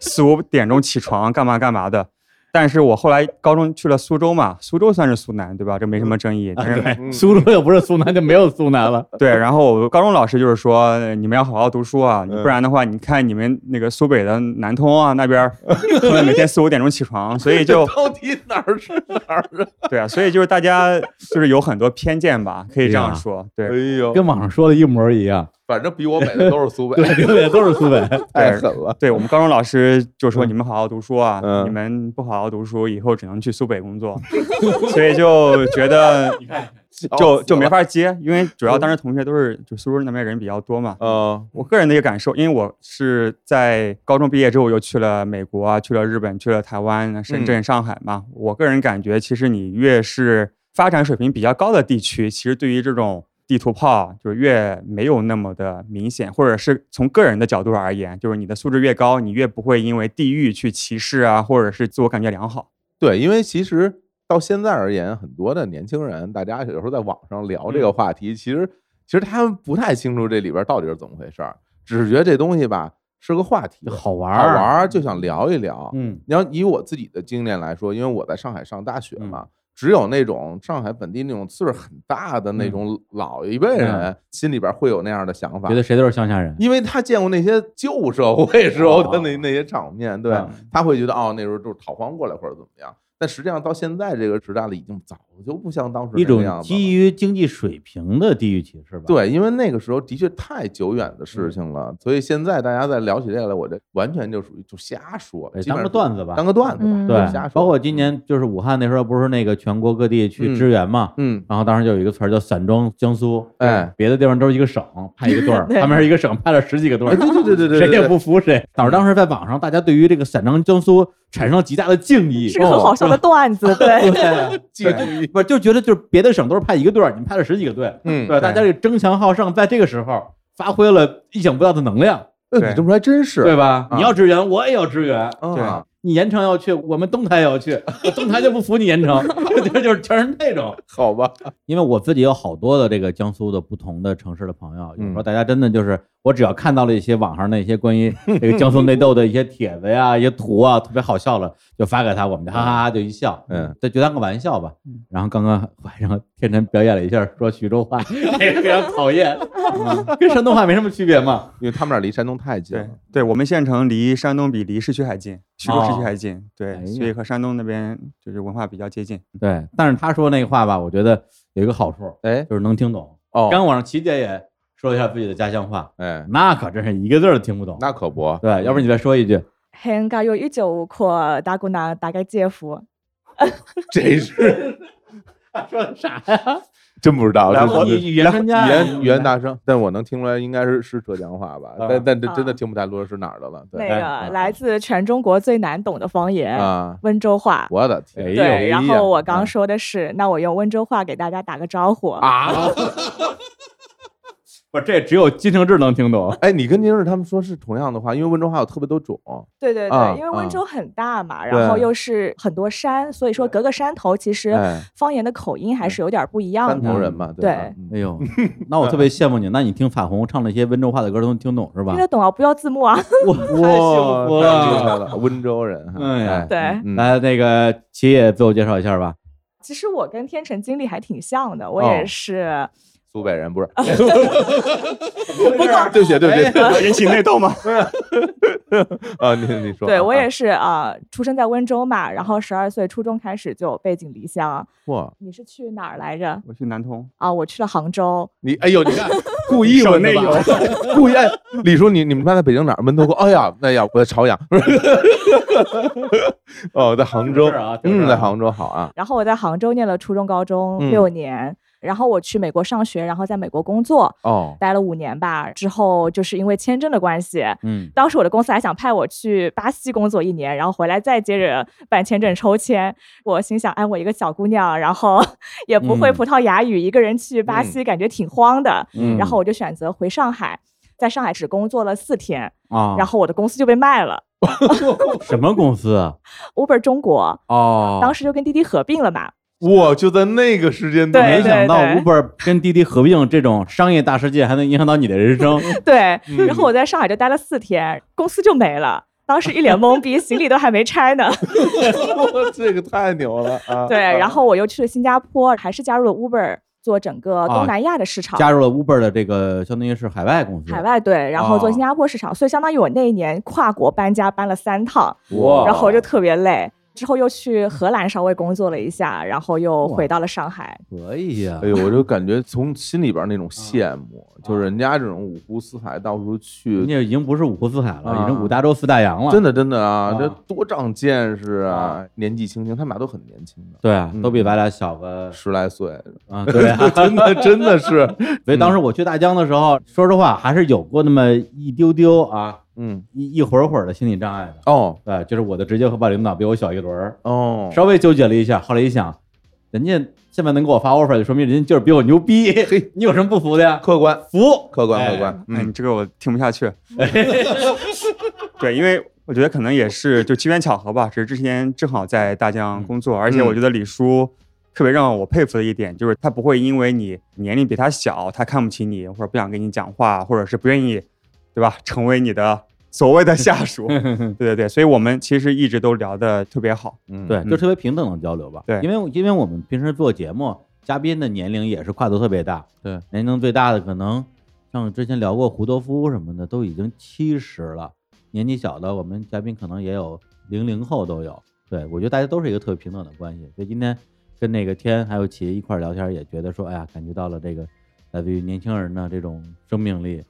D: 四五点钟起床，干嘛干嘛的。但是我后来高中去了苏州嘛，苏州算是苏南，对吧？这没什么争议。但是
C: 嗯
B: 对，苏州又不是苏南，就没有苏南
C: 哦
B: 了。
D: 对，然后我高中老师就是说，呃你们要好好读书啊，
C: 嗯
D: 不然的话，你看你们那个苏北的南通啊那边儿，他们每天四五点钟起床，所以就
C: 到底哪儿是哪儿啊？
D: 对啊，所以就是大家就是有很多偏见吧，可以这
B: 对啊
D: 样说。
C: 哎
D: 对，
C: 呦，
B: 跟网上说的一模一样，
C: 反正比我美的都是苏 北，
B: 对对对，都是苏北。
C: 太狠了。
D: 对我们高中老师就说，你们好好读书啊，
C: 嗯
D: 你们不好好读书，以后只能去苏北工作， 所以就觉得
C: 哦
D: 就就没法接，因为主要当时同学都是就苏州那边人比较多嘛，
C: 嗯
D: 我个人的一个感受，因为我是在高中毕业之后又去了美国啊，去了日本，去了台湾、深圳、上海嘛。我个人感觉，其实你越是发展水平比较高的地区，其实对于这种地图炮啊就是越没有那么的明显，或者是从个人的角度而言，就是你的素质越高，你越不会因为地域去歧视啊，或者是自我感觉良好。
C: 对，因为其实到现在而言，很多的年轻人，大家有时候在网上聊这个
B: 嗯
C: 话题，其实其实他们不太清楚这里边到底是怎么回事儿，只是觉得这东西吧是个话题，
B: 好玩 啊
C: 好玩，儿，就想聊一聊。
B: 嗯嗯
C: 你要以我自己的经验来说，因为我在上海上大学嘛，只有那种上海本地那种岁数很大的那种老一辈人
B: 嗯
C: 心里边会有那样的想法
B: 觉，得谁都是乡下人，
C: 因为他见过那些旧社会时候的那
B: 哦
C: 那些场面，对
B: 嗯
C: 他会觉得哦，那时候就是逃荒过来或者怎么样。但实际上到现在这个时代了，已经早就不像当时
B: 一
C: 那个
B: 种
C: 样子了。
B: 基于经济水平的地域歧视吧。，嗯
C: 对，因为那个时候的确太久远的事情了，所以现在大家在聊起这个来，我这完全就属于就瞎说，基本
B: 哎当个
C: 上
B: 段子吧。
C: 当个段子吧，
E: 嗯
C: 就
B: 对
C: 瞎说。，
B: 包括今年就是武汉那时候不是那个全国各地去支援嘛，
C: 嗯，
B: 然后当时就有一个词儿叫“散装江苏”，
C: 哎，
B: 别的地方都是一个省派一个 队儿，
E: 对
B: 他们是一个省派了十几个队
C: 哎
B: 儿，
C: 对对对对对，
B: 谁也
C: 对
B: 不服谁，导致当时在网上大家对于这个“散装江苏”产生了极大的敬意，
E: 是个很好笑的段 子，对，
B: 对，
C: 记忆，
B: 不就觉得就是别的省都是派一个队儿，你们派了十几个队，
C: 嗯，
B: 对，大家这个争强好胜，在这个时候发挥了意想不到的能量，
C: 哎你这么说还真是，
B: 对吧？
C: 啊
B: 你要支援，我也要支援，
C: 啊，
B: 你盐城要去，我们东台也要去，我东台就不服你盐城，就就是全是那种。
C: 好吧，
B: 因为我自己有好多的这个江苏的不同的城市的朋友，有时候
C: 嗯
B: 大家真的就是，我只要看到了一些网上那些关于这个江苏内斗的一些帖子呀、一些图啊，特别好笑了，就发给他，我们就哈哈哈就一笑，
C: 嗯，
B: 这就当个玩笑吧。然后刚刚晚上天辰表演了一下说徐州 话，这哎个非常讨厌， 跟山东话没什么区别嘛。
C: 因为他们俩离山东太近
D: 对
C: 了，
D: 对，我们县城离山东比离市区还近，徐州市
B: 哦
D: 区还近，
B: 哎
D: 对，
B: 呀
D: 所以和山东那边就是文化比较接近。
B: 对，但是他说那个话吧，我觉得有一个好处，
C: 哎，
B: 就是能听懂。
C: 哦，
B: 刚网上琪姐也说了一下自己的家乡话，
C: 哎，
B: 那可真是一个字儿都听不懂。
C: 那嗯可不，
B: 对，要不你再说一句，
E: 很加有一九括打鼓拿大概介乎，
C: 这是
B: 说的啥呀？
C: 真不知道，
D: 然
C: 这
D: 后
C: 这
B: 语言专家，
C: 语言语言大声，但我能听出来应该是是浙江话吧，
B: 啊
C: 但但这真的
E: 啊
C: 听不太出是哪儿的了。
E: 那
C: 对
B: 哎
E: 个来自全中国最难懂的方言
C: 啊，
E: 温州话。
C: 我的天，
B: 哎呦
E: 对，然后我
C: 啊
E: 刚说的是，那我用温州话给大家打个招呼。
C: 啊，
B: 不，这只有金承志能听懂。
C: 哎，你跟宁日他们说是同样的话，因为温州话有特别多种，
E: 对对
C: 啊
E: 对，因为
C: 啊
E: 温州很大嘛，然后
C: 对
E: 又是很多山，所以说隔个山头，其实
C: 哎
E: 方言的口音还是有点不一样
C: 山
E: 的。
C: 头人嘛，吧？ 嗯
B: 哎 呦，那我特别羡慕你，那你听法红唱那些温州话的歌都能听懂是吧
E: 听？得懂啊，不要字幕啊。
B: 哇，太幸福
C: 哇，太厉害
B: 了！
C: 了，温州人哈，
B: 哎呀
C: 哎
E: 对，
C: 嗯
B: 来，那个琪也自我介绍一下吧。
E: 其实我跟天成经历还挺像的，我
C: 哦
E: 也是，
C: 苏北人不 是，
B: 不
E: 过
C: 对不起，对不
B: 哎
C: 起，
D: 引起内斗吗？
C: 啊，你你说，
E: 对我也
C: 是，
E: 是啊、出生在温州嘛，然后十二岁初中开始就背井离乡。
C: 哇，
E: 你是去哪儿来着？
D: 我去南通，
E: 啊，我去了杭州，
C: 你哎呦，你 看故意问的吧？ 故意，哎李叔，你你们家在北京哪儿？门头沟？哎呀，哎呀，我在朝阳， 哦，在杭州
B: 这个事儿啊这个事儿
C: 嗯，
B: 啊
C: 在杭州好啊，
E: 然后我在杭州念了初中、高中
C: 嗯
E: 六年，然后我去美国上学，然后在美国工作，
C: 哦，
E: 待了五年吧。之后就是因为签证的关系，
B: 嗯，
E: 当时我的公司还想派我去巴西工作一年，然后回来再接着办签证抽签。我心想，哎，我一个小姑娘，然 后也不会
B: 嗯
E: 葡萄牙语，一个人去巴西感觉挺慌的。
B: 嗯
E: 然后我就选择回上海，在上海只工作了四天，
B: 啊，
E: 然后我的公司就被卖了
B: 什么公司啊？
E: ，Uber 中国。
B: 哦，
E: 当时就跟滴滴合并了嘛，
C: 哇，就在那个时间
E: 对
B: 没
C: 段，
B: 想到
E: 对
B: Uber 跟滴滴合并这种商业大事件，还能影响到你的人生。
E: 对，
C: 嗯
E: 然后我在上海就待了四天，公司就没了，当时一脸懵 逼，行李都还没拆呢。
C: 这个太牛了啊！
E: 对，
C: 啊
E: 然后我又去了新加坡，还是加入了 Uber 做整个
B: 啊
E: 东南亚的市场。
B: 加入了 Uber 的这个，相当于是海外公司。
E: 海外对，然
C: 啊
E: 后做新加坡市场，所以相当于我那一年跨国搬家搬了三趟，
B: 哇
C: 哦
E: 然后我就特别累。之后又去荷兰稍微工作了一下，然后又回到了上海。
B: 可以呀
C: 哎，呦，我就感觉从心里边那
E: 嗯
C: 种羡慕，就是人家这种五湖四海到处
B: 人
C: 去，
B: 家已经不是五湖四海了，
C: 啊
B: 已经五大洲四大洋了。
C: 真
B: 的，
C: 的真的
B: 啊，
C: 啊这多长见识
E: 嗯
C: 啊！年纪轻轻，他们俩都很年轻的，
B: 对啊
C: 嗯，
B: 都比咱俩小个
C: 十来岁，
B: 啊，对 啊。
C: 真的真的是，
B: 所以当
C: 嗯
B: 时我去大疆的时候，说实话还是有过那么一丢丢啊，
C: 嗯，
B: 一一会儿会儿的心理障碍的。
C: 哦
B: 对，就是我的直接汇报领导比我小一轮儿，
C: 哦，
B: 稍微纠结了一下，后来一想，人家现在能给我发 offer，就说明人家就是比我牛逼。
C: 嘿，
B: 你有什么不服的呀？
C: 客观
B: 服，
C: 客观
B: 哎
C: 客观，
D: 哎，
C: 嗯
D: 你这个我听不下去。 对，因为我觉得可能也是就机缘巧合吧，只是之前正好在大疆工作，而且
B: 嗯
D: 我觉得李叔特别让我佩服的一点就是他不会因为你年龄比 他小，他看不起你，或者不想跟你讲话，或者是不愿意，对吧，成为你的所谓的下属。 对对对，所以我们其实一直都聊得特别好。
C: 嗯，
B: 对，就特别平等的交流吧。
D: 对
B: 因为因为我们平时做节目，嘉宾的年龄也是跨度特别大。
C: 对，
B: 年龄最大的可能像之前聊过胡德夫什么的，都已经七十了。年纪小的我们嘉宾可能也有零零后都有。对，我觉得大家都是一个特别平等的关系。所以今天跟那个天还有琪一块儿聊天，也觉得说，哎呀，感觉到了这个来自于年轻人的这种生命 力。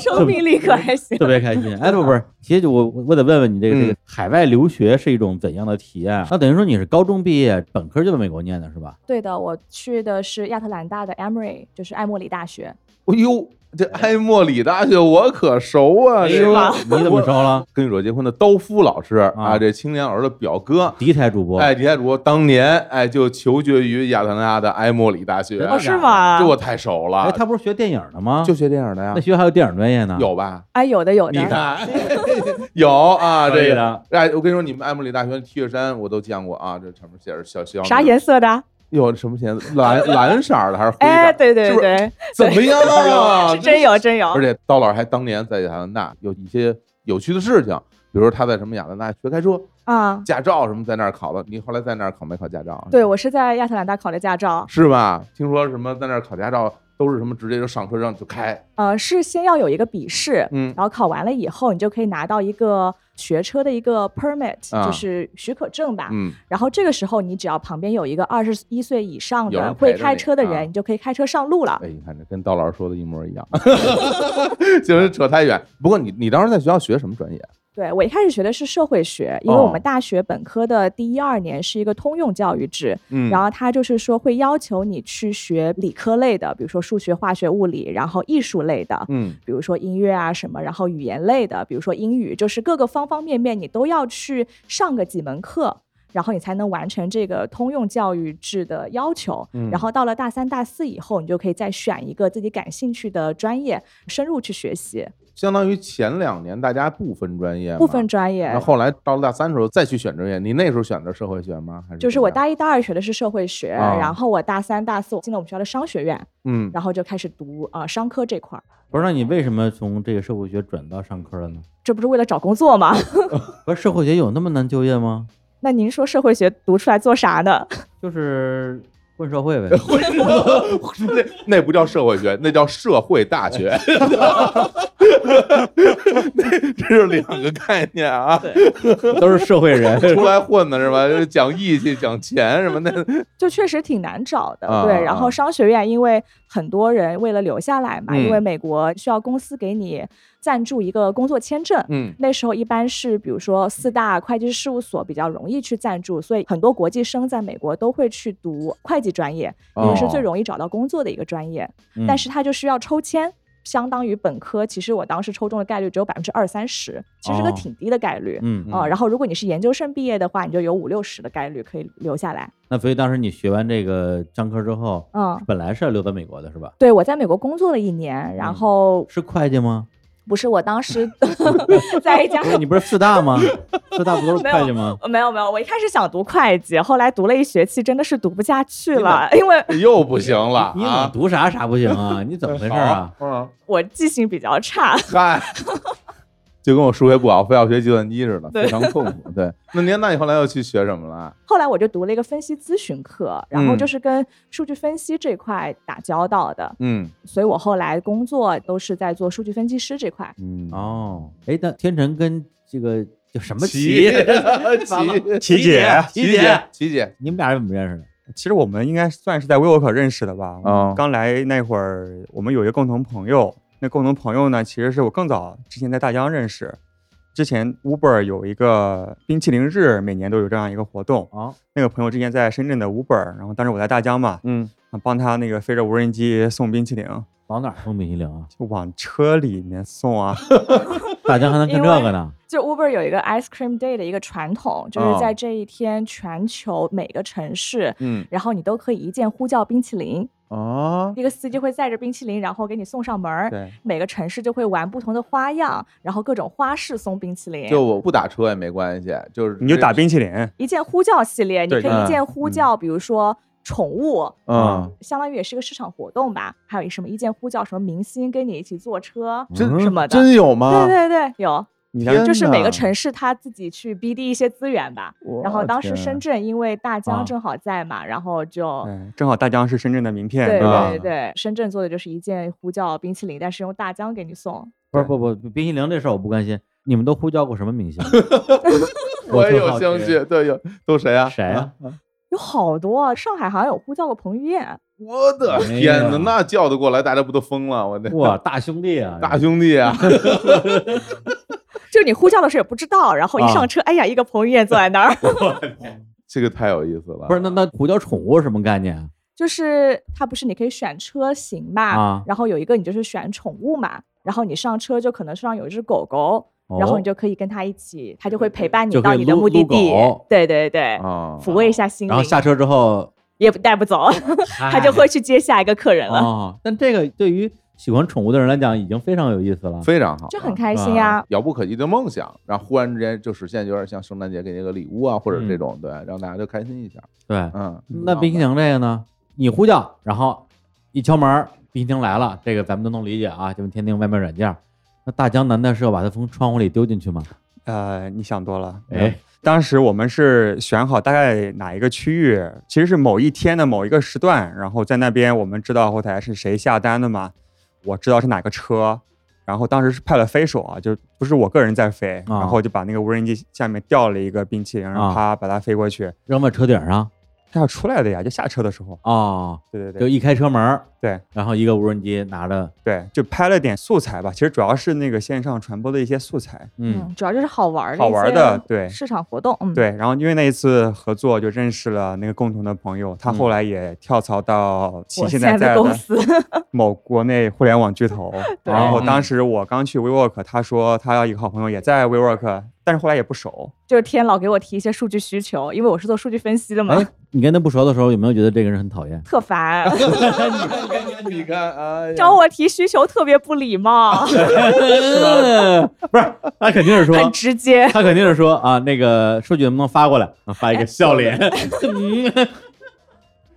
E: 生命力可还行
B: 特。别开心。哎，不不是，其实我我得问问你，这个
E: 嗯
B: 这个海外留学是一种怎样的体验啊？那等于说你是高中毕业，本科就在美国念的是吧？
E: 对的，我去的是亚特兰大的 Emory，就是爱默里大学。
C: 哎呦，这埃默里大学我可熟啊！这
E: 是吧
B: 你怎么着了？
C: 跟你说结婚的刀夫老师
B: 啊
C: 啊，这青年儿的表哥，
B: 第一台主播，
C: 哎，李太主当年哎就求学于亚特兰大的埃默里大学，
B: 真的
E: 哦，
B: 假
E: 是
B: 的
E: 吗
C: 这？我太熟了，
B: 哎，他不是学电影的吗？
C: 就学电影的呀
B: 那，学校还有电影专业呢？
C: 有吧？
E: 哎，有的有
C: 你
E: 的，
C: 看，有啊，
B: 可以
C: 这个
B: 的
C: 哎，我跟你说，你们埃默里大学的 T 恤衫我都见过啊，这上面写着小小
E: 啥颜色的？
C: 有什么颜色？蓝蓝色儿的还是灰色？
E: 哎，，对对
C: 是不是
E: 对，
C: 怎么样啊？
E: 是 真有真有
C: 而。且刀老师还当年在亚特兰大有一些有趣的事情，比如说他在什么亚特兰大学开车，
E: 啊，
C: 驾照什么在那儿考的。你后来在那儿考没考驾照啊？
E: 对我是在亚特兰大考的驾照，
C: 是吧？听说什么在那儿考驾照都是什么直接就上车让就开，
E: 呃，是先要有一个笔试，
C: 嗯
E: 然后考完了以后，你就可以拿到一个学车的一个 permit，、
C: 啊
E: 就是许可证吧。
C: 嗯，
E: 然后这个时候，你只要旁边有一个二十一岁以上
C: 有人
E: 的
C: 陪
E: 会
C: 着
E: 开
C: 你
E: 车的人，
C: 啊
E: 你就可以开车上路了。
C: 哎，你看这跟刀老师说的一模一样， 就是扯太远。不过你你当时在学校学什么专业？啊
E: 对我一开始学的是社会学，因为我
C: 哦
E: 们大学本科的第一二年是一个通用教育制，
C: 嗯
E: 然后它就是说会要求你去学理科类的，比如说数学、化学、物理，然后艺术类的，
C: 嗯
E: 比如说音乐啊什么，然后语言类的，比如说英语，就是各个方方面面你都要去上个几门课，然后你才能完成这个通用教育制的要求。
C: 嗯
E: 然后到了大三、大四以后，你就可以再选一个自己感兴趣的专业，深入去学习
C: 相当于前两年大家不分专业嘛，
E: 部分专业
C: 那。嗯后来到了大三的时候再去选专业，你那时候选的社会学吗？还是
E: 就是
C: 怎么
E: 我
C: 样
E: 大一、大二学的是社会学，
C: 啊
E: 然后我大三、大四我进了我们学校的商学院，
C: 嗯，
E: 然后就开始读啊、呃商科这块儿。
B: 不是，那你为什么从这个社会学转到上科了呢？
E: 这不是为了找工作吗？
B: 不是社会学有那么难就业吗？
E: 那您说社会学读出来做啥呢？
B: 就是混社会 呗。
C: 那那不叫社会学，那叫社会大学，那这是两个概念啊。
B: 都是社会人。
C: 出来 混的是吧？就是讲义气、讲钱什么的。
E: 就确实挺难找的，
C: 啊
B: 嗯
E: 对。然
C: 啊
E: 后商学院，因为很多人为了留下来嘛，因
C: 嗯
E: 为美国需要公司给你赞助一个工作签证。
C: 嗯
E: 那时候一般是，比如说四大会计事务所比较容易去赞助，所以很多国际生在美国都会去读会计专业，也是最
C: 哦
E: 容易找到工作的一个专业。
B: 嗯
E: 但是它就需要抽签，相当于本科，其实我当时抽中的概率只有百分之二三十，其实是个
B: 哦
E: 挺低的概率。
B: 嗯，
E: 哦，然后如果你是研究生毕业的话，你就有五六十的概率可以留下来。
B: 那所以当时你学完这个商科之后，
E: 嗯，
B: 本来是要留在美国的是吧？
E: 对，我在美国工作了一年，然
B: 嗯
E: 后
B: 是会计吗？
E: 不是我当时 在一家
B: 不哎是，你不是四大 吗？四大不都是
E: 没有
B: 会计吗？
E: 没有没有，我一开始想读会计，后来读了一学期，真的是读不下去
C: 你
E: 了，因为
C: 哦又不行了
B: 你怎么
C: 啊！
B: 读啥啥不行 啊？你怎么回事啊？
C: 嗯，
E: 我记性比较差。
C: 嗨，就跟我数学不好，非要学计算机似的，
E: 对
C: 非常痛苦。对，那您那你后来又去学什么了？啊
E: 后来我就读了一个分析咨询课，然后
C: 嗯
E: 就是跟数据分析这块打交道的，
C: 嗯
E: 所以我后来工作都是在做数据分析师这块。
C: 嗯，
B: 哦，哎，那天成跟这个叫什么
C: 琪
B: 琪
C: 琪
D: 琪姐，
B: 琪
C: 姐，琪姐，
B: 你们俩是怎么认识的？
D: 其实我们应该算是在 WeWork 认识的吧。
C: 哦
D: 刚来那会儿，我们有一个共同朋友，那共同朋友呢，其实是我更早之前在大疆认识。之前 Uber 有一个冰淇淋日，每年都有这样一个活动。
B: 哦，
D: 那个朋友之前在深圳的 Uber，然后当时我在大疆嘛，啊
C: 嗯，
D: 帮他那个飞着无人机送冰淇淋，
B: 往哪儿送冰淇淋 啊？
D: 就往车里面送啊。
B: 大疆还能跟这个 呢？
E: 就 Uber 有一个 Ice Cream Day 的一个传统，就是
C: 哦
E: 在这一天，全球每个城市，
C: 嗯
E: 然后你都可以一键呼叫冰淇淋，
B: 哦
C: 啊，
E: 一个司机会载着冰淇淋，然后给你送上门儿。
D: 对，
E: 每个城市就会玩不同的花样，然后各种花式送冰淇淋。
C: 就我不打车也没关系，就是
D: 你就打冰淇淋。
E: 一键呼叫系列，你
D: 对
E: 可以一键呼叫，比如说宠物，
C: 嗯，
E: 相当于也是个市场活动吧。还有什么一见呼叫什么明星跟你一起坐车，
C: 真
E: 什么的
C: 真有吗？
E: 对对对，有，
D: 你
C: 天
D: 的
E: 就是每
C: 哪
E: 个城市他自己去 BD 一些资源吧。
C: 我
E: 然后当时
C: 天
E: 深圳因为大
B: 啊
E: 疆正好在嘛，然后就。
D: 对，哎正好大疆是深圳的名片，
E: 对
C: 哎吧
E: 对对，深圳做的就是一件呼叫冰淇淋，但是用大疆给你送。
B: 不是不不，冰淇淋这事儿我不关心。你们都呼叫过什么明 星？
C: 我也
B: 特
C: 有
B: 好
C: 兴
B: 奇
C: 趣，对，有都谁啊？
B: 谁啊？
E: 有好多，上海好像有呼叫过彭于晏，
C: 我的
B: 哎
C: 天哪，
B: 呀
C: 那叫得过来，大家不都疯了？我的
B: 哇，大兄弟啊！
C: 大兄弟啊！
E: 就是你呼叫的时候也不知道，然后一
B: 啊
E: 上车，哎呀，一个彭于晏坐在那儿，
C: 这个太有意思了。
B: 不是那那呼叫宠物什么概念？
E: 就是它不是你可以选车型嘛，
B: 啊
E: 然后有一个你就是选宠物嘛，然后你上车就可能车上有一只狗狗，
B: 哦
E: 然后你就可以跟它一起，它就会陪伴你
B: 就可
E: 到
B: 以
E: 你的
B: 撸
E: 目的
B: 撸
E: 地
B: 狗，
E: 对对对，
C: 啊，
E: 抚慰一下心灵，
B: 然后下车之后，
E: 也不带不走，它就会去接下一个客人了，
B: 哦。但这个对于喜欢宠物的人来讲，已经非常有意思了。
C: 非常好，
E: 就很开心啊。
C: 遥不可及的梦想，然后忽然之间就实现，有点像圣诞节给那个礼物啊，或者这种，对，让大家就开心一下。
B: 对，
C: 嗯，
B: 嗯那冰淇淋这个呢？你呼叫，然后一敲门儿，冰淇淋来了，这个咱们都能理解啊，就是天津外卖软件儿。那大江难道是要把它从窗户里丢进去吗？
D: 呃，你想多了。
B: 哎，
D: 当时我们是选好大概哪一个区域，其实是某一天的某一个时段，然后在那边我们知道后台是谁下单的嘛，我知道是哪个车，然后当时是派了飞手啊，就不是我个人在飞，
B: 啊
D: 然后就把那个无人机下面吊了一个冰淇淋，让
B: 啊
D: 它把它飞过去，
B: 扔在车顶上
D: 它要出来的呀，就下车的时候，
B: 哦，
D: 对对
B: 就
D: 对
B: 一开车门儿，
D: 对
B: 然后一个无人机拿着，
D: 对，就拍了点素材吧，其实主要是那个线上传播的一些素材，
B: 嗯，
E: 主要就是好玩儿的
D: 好
E: 一
D: 玩
E: 些
D: 的对
E: 市场活动，嗯，，
D: 对，然后因为那一次合作，就认识了那个共同的朋友，
B: 嗯
D: 他后来也跳槽到其
E: 我
D: 现
E: 现在
D: 在在
E: 的公
D: 的
E: 司，
D: 某国内互联网巨头。
E: 对
D: 然后
B: 嗯
D: 当时我刚去 WeWork，他说他要一个好朋友也在 WeWork，但是后来也不熟。
E: 就是天老给我提一些数据需求，因为我是做数据分析的嘛，
B: 哎，你跟他不熟的时候，有没有觉得这个人很讨 厌？
E: 特烦，
C: 你看，哎呀，
E: 找我提需求特别不礼 貌，
B: 不是，他肯定是说，
E: 很直接。
B: 他肯定是说啊，那个数据能不能发过来？啊发一个笑脸， 嗯，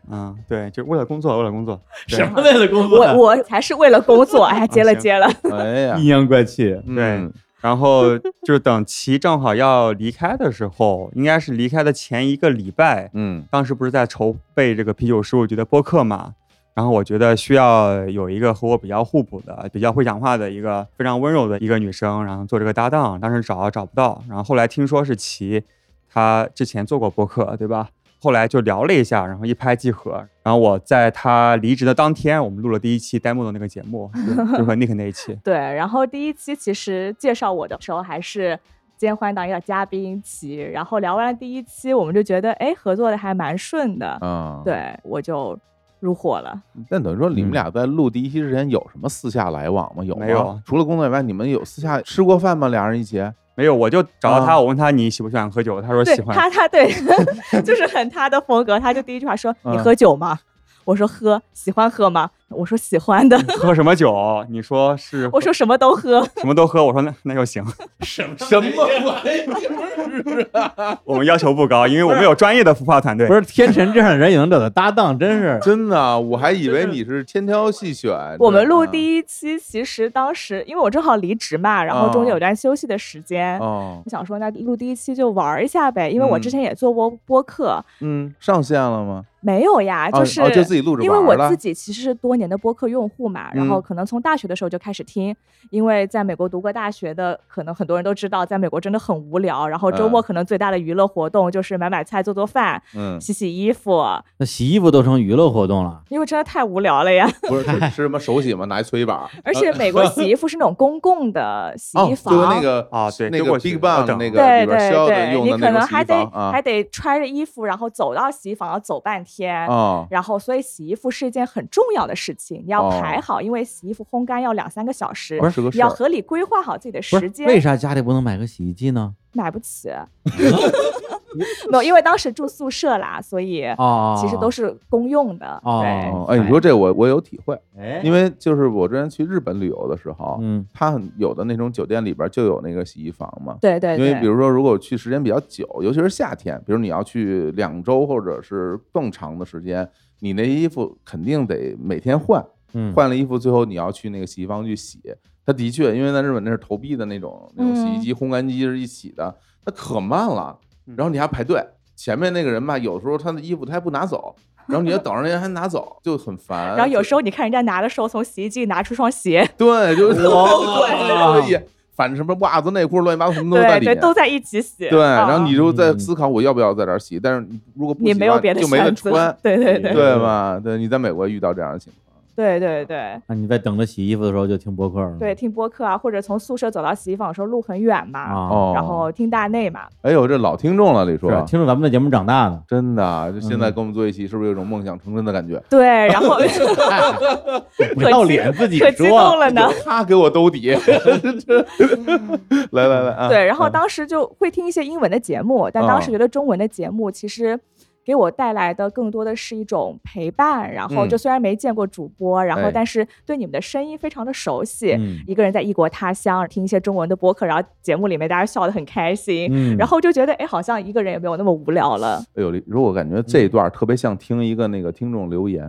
D: 嗯，对，就为了工作，为了工作。对
B: 什么类的工作
E: 我
B: 呀？
E: 我才是为了工作，哎，接了
D: 啊行
E: 接了，
C: 哎 呀，
B: 阴阳怪气，
C: 嗯，
D: 然后就等齐正好要离开的时候，应该是离开的前一个礼拜，
C: 嗯，
D: 当时不是在筹备这个啤酒十五局的播客嘛，然后我觉得需要有一个和我比较互补的、比较会讲话的一个非常温柔的一个女生，然后做这个搭档。当时找啊找不到，然后后来听说是齐，她之前做过播客，对吧？后来就聊了一下，然后一拍即合。然后我在她离职的当天，我们录了第一期 demo 的那个节目，就就和 Nick 那一期。
E: 对。然后第一期其实介绍我的时候还是。今天欢迎到一个嘉宾齐，然后聊完了第一期，我们就觉得哎，合作的还蛮顺的，
D: 嗯
C: 啊，，
E: 对我就入伙了。
C: 但等于说你
B: 嗯
C: 们俩在录第一期之前有什么私下来往吗？有吗
D: 没有？
C: 除了工作以外，你们有私下吃过饭吗？俩人一起？
D: 没有，我就找到她，
C: 啊
D: 我问她你喜不喜欢喝酒，她说
E: 对
D: 喜欢。
E: 他，他对， 就是很他的风格。他就第一句话说：“你
C: 嗯
E: 喝酒吗？”我说：“喝。”喜欢喝吗？我说：“喜欢的。
D: 喝什么酒？你说是？
E: 我说：“什么都喝。
D: 什么都喝。我说那那就行。
C: 什么玩意儿 啊？
D: 我们要求不高，因为我们有专业的孵化团队。
B: 不是天辰这样的人也能找到搭档，真是
C: 真的，啊我还以为你是千挑细选。”啊
E: 我们录
C: 一
E: 第一期，其实当时因为我正好离职嘛，然后中间有段休息的时间，
C: 哦，
E: 我想说那录第一期就玩一下呗，因为我之
C: 嗯
E: 前也做过播客，
C: 嗯，上线了吗？
E: 没有呀，
C: 哦
E: 是、
C: 哦就自己录着
E: 因为
C: 玩儿
E: 我
C: 了嗯
E: 自己其实是多年的播客用户嘛，然后可能从大学的时候就开始听，因为在美国读过大学的，可能很多人都知道，在美国真的很无聊，然后周末可能最大的娱乐活动就是买买菜、做做饭、
C: 嗯，
E: 洗洗衣服，
B: 那洗衣服都成娱乐活动了。
E: 因为真的太无聊了呀。
C: 不是是是什么手洗吗？拿一搓衣板儿。
E: 而且美国洗衣服是那种公共的洗
C: 呃哦，
E: 衣
C: 就跟
E: 房。
C: 那个
D: 啊对
C: 那
D: 丢
C: 个
D: 过
C: Big
D: 去
C: Bang
D: 我整
C: 那个
E: 对
C: 里边
E: 对
C: 削的
E: 对，
C: 用
E: 你
C: 的
E: 可
C: 那
E: 能
C: 种洗
E: 还
C: 衣
E: 得、
C: 房啊
E: 还得穿着衣服，然后走到洗衣房要走半天，
C: 啊，
E: 然后，所以洗衣服是一件很重要的事情，你要
C: 哦
E: 排好，因为洗衣服烘干要两三个小时，
C: 不是个
E: 你
C: 事
E: 要
C: 儿。
E: 合理规划好自己的
B: 不
E: 时
B: 是
E: 间。
B: 为啥家里不能买个洗衣机呢？
E: 买不起？没有，因为当时住宿舍啦，所以
B: 哦，
E: 其实都是公用的。
B: 哦
E: 对，
C: 哦，哎，你说这我我有体会，
B: 哎，
C: 因
B: 为
C: 为就是我之前去日本旅游的时候，
B: 嗯
C: 它很有的那种酒店里边就有那个洗衣房嘛。
E: 对对
C: 因
E: 对，
C: 为比如说，如果去时间比较久，尤其是夏天，比如你要去两周或者是更长的时间，你那衣服肯定得每天换，
B: 嗯
C: 换了衣服，最后你要去那个洗衣房去洗。它的确，因为在日本那是投币的那种那种洗衣机、烘干机是一起的，它可慢了。然后你还排队，前面那个人吧，有时候他的衣服他还不拿走，然后你要等着人家还拿走，就很烦。
E: 然后有时候你看人家拿的时候，从洗衣机拿出双鞋，
C: 对，就是
B: 哇
C: 所以反正什么袜子、内裤、乱七八糟什么都在
E: 对
C: 里
E: 对，
C: 面。
E: 都在一起洗。
C: 对，
E: 啊
C: 然后你就在
B: 嗯
C: 思考我要不要在这儿洗，但是你如果不
E: 你
C: 洗
E: 没
C: 吧
E: 有别的
C: 就没得
E: 选择
C: 穿，
E: 对对对
C: 对吧？对，你在美国遇到这样的情况，
E: 对对对
B: 那你在等着洗衣服的时候就听播客了。
E: 对，听播客啊，或者从宿舍走到洗衣房的时候路很远嘛，
B: 啊，
C: 哦，
E: 然后听大内嘛，
C: 哎呦，这老听众了，李叔
B: 是，啊嗯听着咱们的节目长大的，
C: 真的啊，就现在跟我们坐一起，是不是有一种梦想成真的感觉？
E: 对，然后
B: 不要脸自己
E: 可激动
B: 说。
E: 了呢。
C: 他给我兜 底，这来来来啊！
E: 对，
B: 嗯
E: 然后当时就会听一些英文的节目，但当时
C: 哦
E: 觉得中文的节目其实给我带来的更多的是一种陪伴。然后
C: 嗯
E: 就虽然没见过主播，然后
C: 哎
E: 但是对你们的声音非常的熟悉。
B: 嗯
E: 一个人在异国他乡听一些中文的播客，然后节目里面大家笑得很开心，
B: 嗯，
E: 然后就觉得哎，好像一个人也没有那么无聊了。
C: 哎呦，如果我感觉这一段特别像听一个那个听众留 言，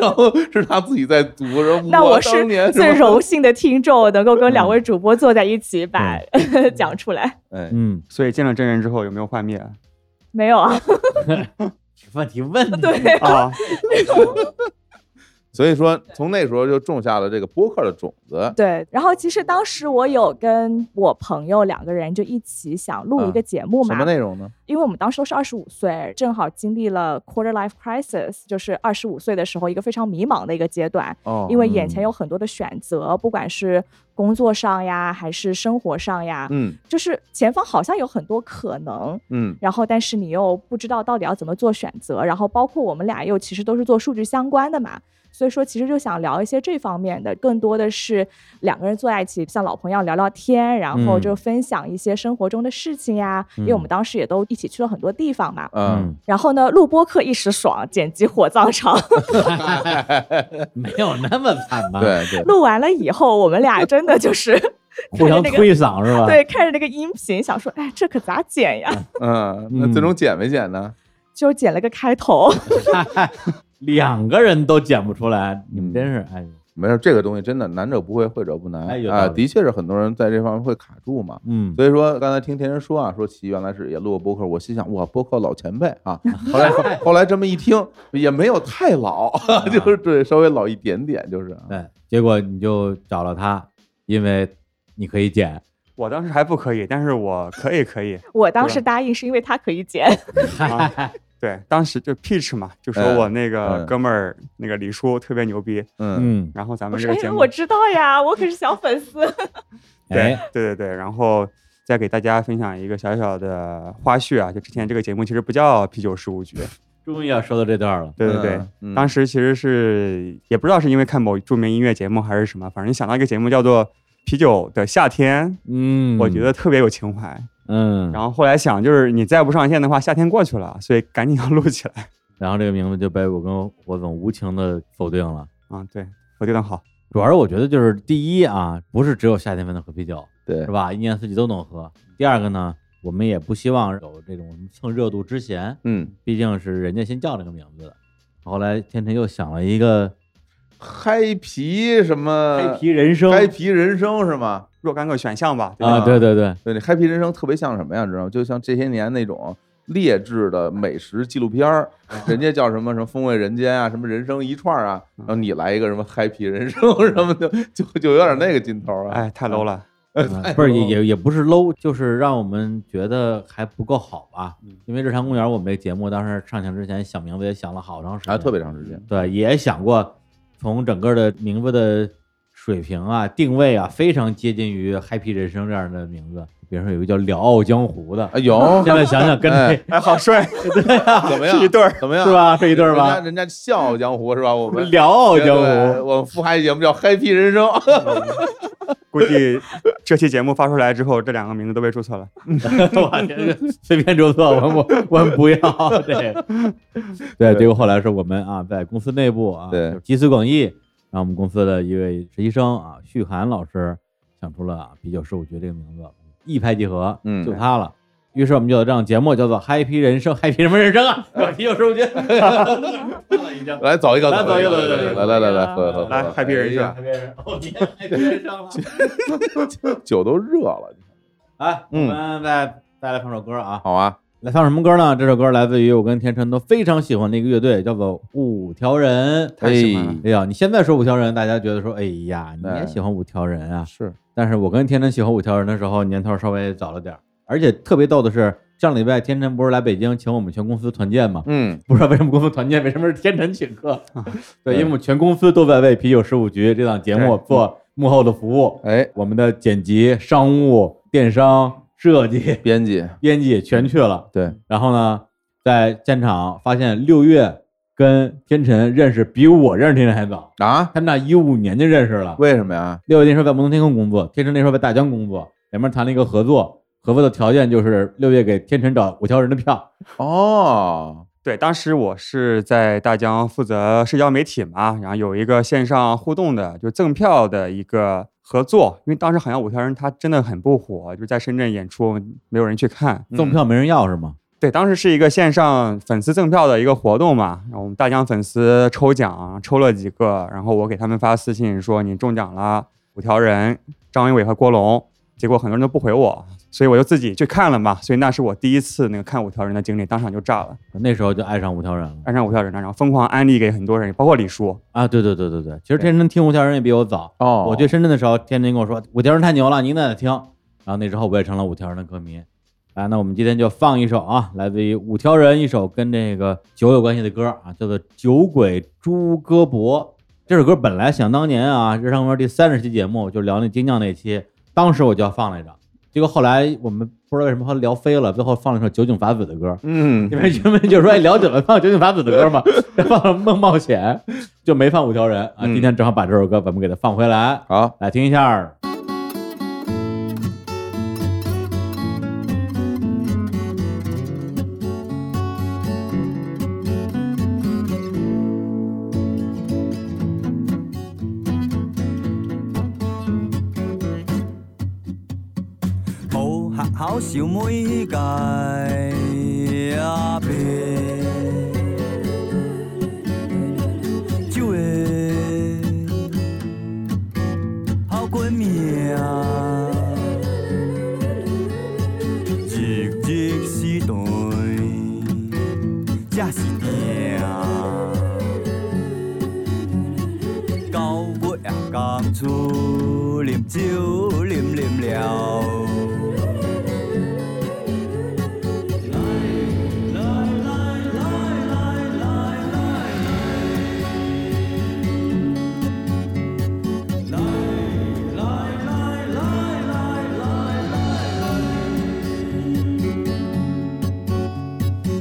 C: 然后是他自己在读，然后
E: 那我
C: 当年
E: 是
C: 什么嗯
E: 最荣幸的听众，能够跟两位主播坐在一起把 讲出来。
C: 哎，
B: 嗯，
D: 所以见了真人之后有没有 幻灭
E: 没有啊，
B: 问题问题
E: 对，
C: 嗯
D: 啊？
C: 所以说从那时候就种下了这个播客的种子。
E: 对，然后其实当时我有跟我朋友两个人就一起想录一个节目
C: 嗯什
E: 嘛，
C: 么内容呢？
E: 因为我们当时都是二十五岁，正好经历了 quarter life crisis，就是二十五岁的时候一个非常迷茫的一个阶段，
C: 哦，
E: 因为眼前
B: 嗯
E: 有很多的选择，不管是工作上呀，还是生活上呀，
C: 嗯
E: 就是前方好像有很多可能，
C: 嗯
E: 然后但是你又不知道到底要怎么做选择，然后包括我们俩又其实都是做数据相关的嘛，所以说其实就想聊一些这方面的，更多的是两个人坐在一起像老朋友聊聊天，然后就
B: 嗯
E: 分享一些生活中的事情呀，因为我们当时也都一起去了很多地方嘛。
C: 嗯，
B: 嗯，
E: 然后呢，录播课一时爽，剪辑火葬场。
B: 没有那么惨吧？，
C: 对对，
E: 录完了以后，我们俩真的就是
B: 互相
E: 看着那个
B: 推搡是吧？
E: 对看着那个音频，想说，哎，这可咋剪呀？
C: 嗯，那最终剪没剪呢？
E: 就剪了个开头。
B: 两个人都剪不出来，你
E: 嗯
B: 们真是哎呦，
C: 没事，这个东西真的难者不会，会者不难
B: 哎有道
C: 啊，
B: 理
C: 的确是很多人在这方面会卡住嘛。
B: 嗯，
C: 所以说，刚才听天人说啊，说齐原来是也录过播客，我心想哇，播客老前辈 啊。后来后来这么一听，也没有太老， 就是对稍微老一点点，就是啊
B: 啊对，结果你就找了他，因为你可以剪，
D: 我当时还不可以，但是我可以可以。
E: 我当
D: 对
E: 时答应是因为他可以剪。
D: 啊对，当时就 Peach 嘛，就说我那
C: 嗯
D: 个哥们儿、那个李叔特别牛逼，
C: 嗯
B: 嗯，
D: 然后咱
E: 我
D: 们这
E: 说：“
D: 个
E: 哎
D: 节
E: 呀，
D: 目，
E: 我知道呀，我可是小粉丝。
D: 对
B: 哎，
D: 对对对，然后再给大家分享一个小小的花絮啊，就之前这个节目其实不叫啤酒事务局，
B: 终于要说到这段了，
D: 对对对。
C: 嗯
D: 当时其实是也不知道是因为看某著名音乐节目还是什么，反正想到一个节目叫做《啤酒的夏天》，
B: 嗯，
D: 我觉得，特别有情怀。
B: 嗯，
D: 然后后来想，就是你再不上线的话，夏天过去了，所以赶紧要录起来
B: 然后这个名字就被我跟火总无情的否定了。
D: 啊！对，我觉得好，
B: 主要是我觉得就是第一啊，不是只有夏天才能喝啤酒，
C: 对
B: 是吧？一年四季都能喝。第二个呢，我们也不希望有这种什么蹭热度之嫌，
C: 嗯，
B: 毕竟是人家先叫这个名字的。后来天辰又想了一个
C: 嗨皮什么
B: 开皮人生，
C: 嗨皮人生是吗？
D: 若干个选项吧。对吧
B: 啊，对对对，
C: 对，那嗨皮人生特别像什么呀？你知道吗？就像这些年那种劣质的美食纪录片儿，人家叫什么什么风味人间啊，什么人生一串儿啊，然后你来一个什么嗨皮人生什么的，就就有点那个劲头儿啊。
D: 哎，太 low 了。
C: 呃
B: 啊不是也也也不是 low，就是让我们觉得还不够好吧
D: 嗯。
B: 因为日常公园我们这节目当时上线之前想名字也想了好长时间，
C: 啊，特别长时间。
B: 对，也想过从整个的名字的水平啊、定位啊，非常接近于《嗨皮人生》这样的名字。比如说有一个叫《聊傲江湖》的，
C: 啊，有
B: 现在想想跟
C: 哎
B: 这、啊
D: 哎，好帅，
C: 怎么样？
D: 是一对儿
C: 怎么样？
B: 是？吧？这一对儿
C: 人家
B: 吧，
C: 人家笑傲江湖是吧？ 我们
B: 《聊傲
C: 对
B: 江湖
C: 对》我们复拍节目叫《嗨皮人生》，
D: 估计这期节目发出来之后，这两个名字都被注册了。
B: 我天，随便注册，我我我们不要。对，对，结果后来是我们啊，在公司内部啊，
C: 对
B: 就是集思广益，然后我们公司的一位实习生啊，旭涵老师想出了、啊、啤酒事务局这个名字，一拍即合，
C: 嗯
B: 就他了。于是我们就有这档节目叫做《Happy 人生》，Happy 什么人生啊？啤酒事务局， 已经。
C: 来走一个，
B: 来走一个
C: 走
B: 走一个
C: 一来来来来，喝喝哎喝
D: 来
C: 喝
D: happy 人生
B: 嗨皮人，哦，你看嗨皮人生 了。
C: 酒都热了，
B: 哎，我
C: 嗯
B: 们再再来放首歌啊，
C: 好啊，
B: 来放什么歌呢？这首歌来自于我跟天成都非常喜欢的一个乐队，叫做五条人。
D: 太喜欢了
B: 哎呀，你现在说五条人，大家觉得说，哎呀，你
C: 哎
B: 也喜欢五条人啊？
C: 是
B: 但是我跟天成喜欢五条人的时候，年头稍微早了点儿，而且特别逗的是，上礼拜天成不是来北京请我们全公司团建 吗？
C: 嗯，
B: 不知道为什么公司团建，为什么是天成请 客？对，
C: 对
B: 因为我们全公司都在为《啤酒十五局》这档节目做幕后的服务，
C: 哎，
B: 我们的剪辑、商务、电商、设计、
C: 编辑
B: 编辑全去了。
C: 对，
B: 然后呢，在现场发现六月跟天辰认识比我认识天辰还早，
C: 啊，
B: 他们俩一五年就认识了。
C: 为什么呀？
B: 六月那时候在摩登天空工作，天辰那时候在大疆工作，两边谈了一个合作，合作的条件就是六月给天辰找五条人的票。
C: 哦，
D: 对，当时我是在大疆负责社交媒体嘛，然后有一个线上互动的，就是赠票的一个合作。因为当时好像五条人他真的很不火，就是在深圳演出没有人去看。
B: 赠票没人要是吗？
D: 对，当时是一个线上粉丝赠票的一个活动嘛，然后我们大疆粉丝抽奖，抽了几个，然后我给他们发私信说你中奖了，五条人、张伟伟和郭龙，结果很多人都不回我，所以我就自己去看了嘛，所以那是我第一次那个看五条人的经历，当场就炸了。
B: 那时候就爱上五条人了
D: 爱上五条人了，然后疯狂安利给很多人，包括李叔。
B: 啊！对对对对对，其实天辰听五条人也比我早。
C: 哦，
B: 我去深圳的时候，天天跟我说五条人太牛了，您得听。然后那之后我也成了五条人的歌迷。来，那我们今天就放一首啊，来自于五条人一首跟这个酒有关系的歌啊，叫做《酒鬼朱哥伯》。这首歌本来想当年啊，《日常公园》第三十期节目就聊那精酿那期，当时我就要放来着，结果后来我们不知道为什么后来聊飞了，最后放了一首酒井法子的歌。
C: 嗯
B: 因为人们就说，哎，了解了放酒井法子的歌嘛， 放了《梦冒险》，就没放五条人啊。
C: 嗯
B: 今天正好把这首歌咱们给它放回来。
C: 好，
B: 来听一下儿。
F: 好客口小妹计啊别，酒诶好过命，日日是对，才是定。到尾也甘出啉酒，啉啉了。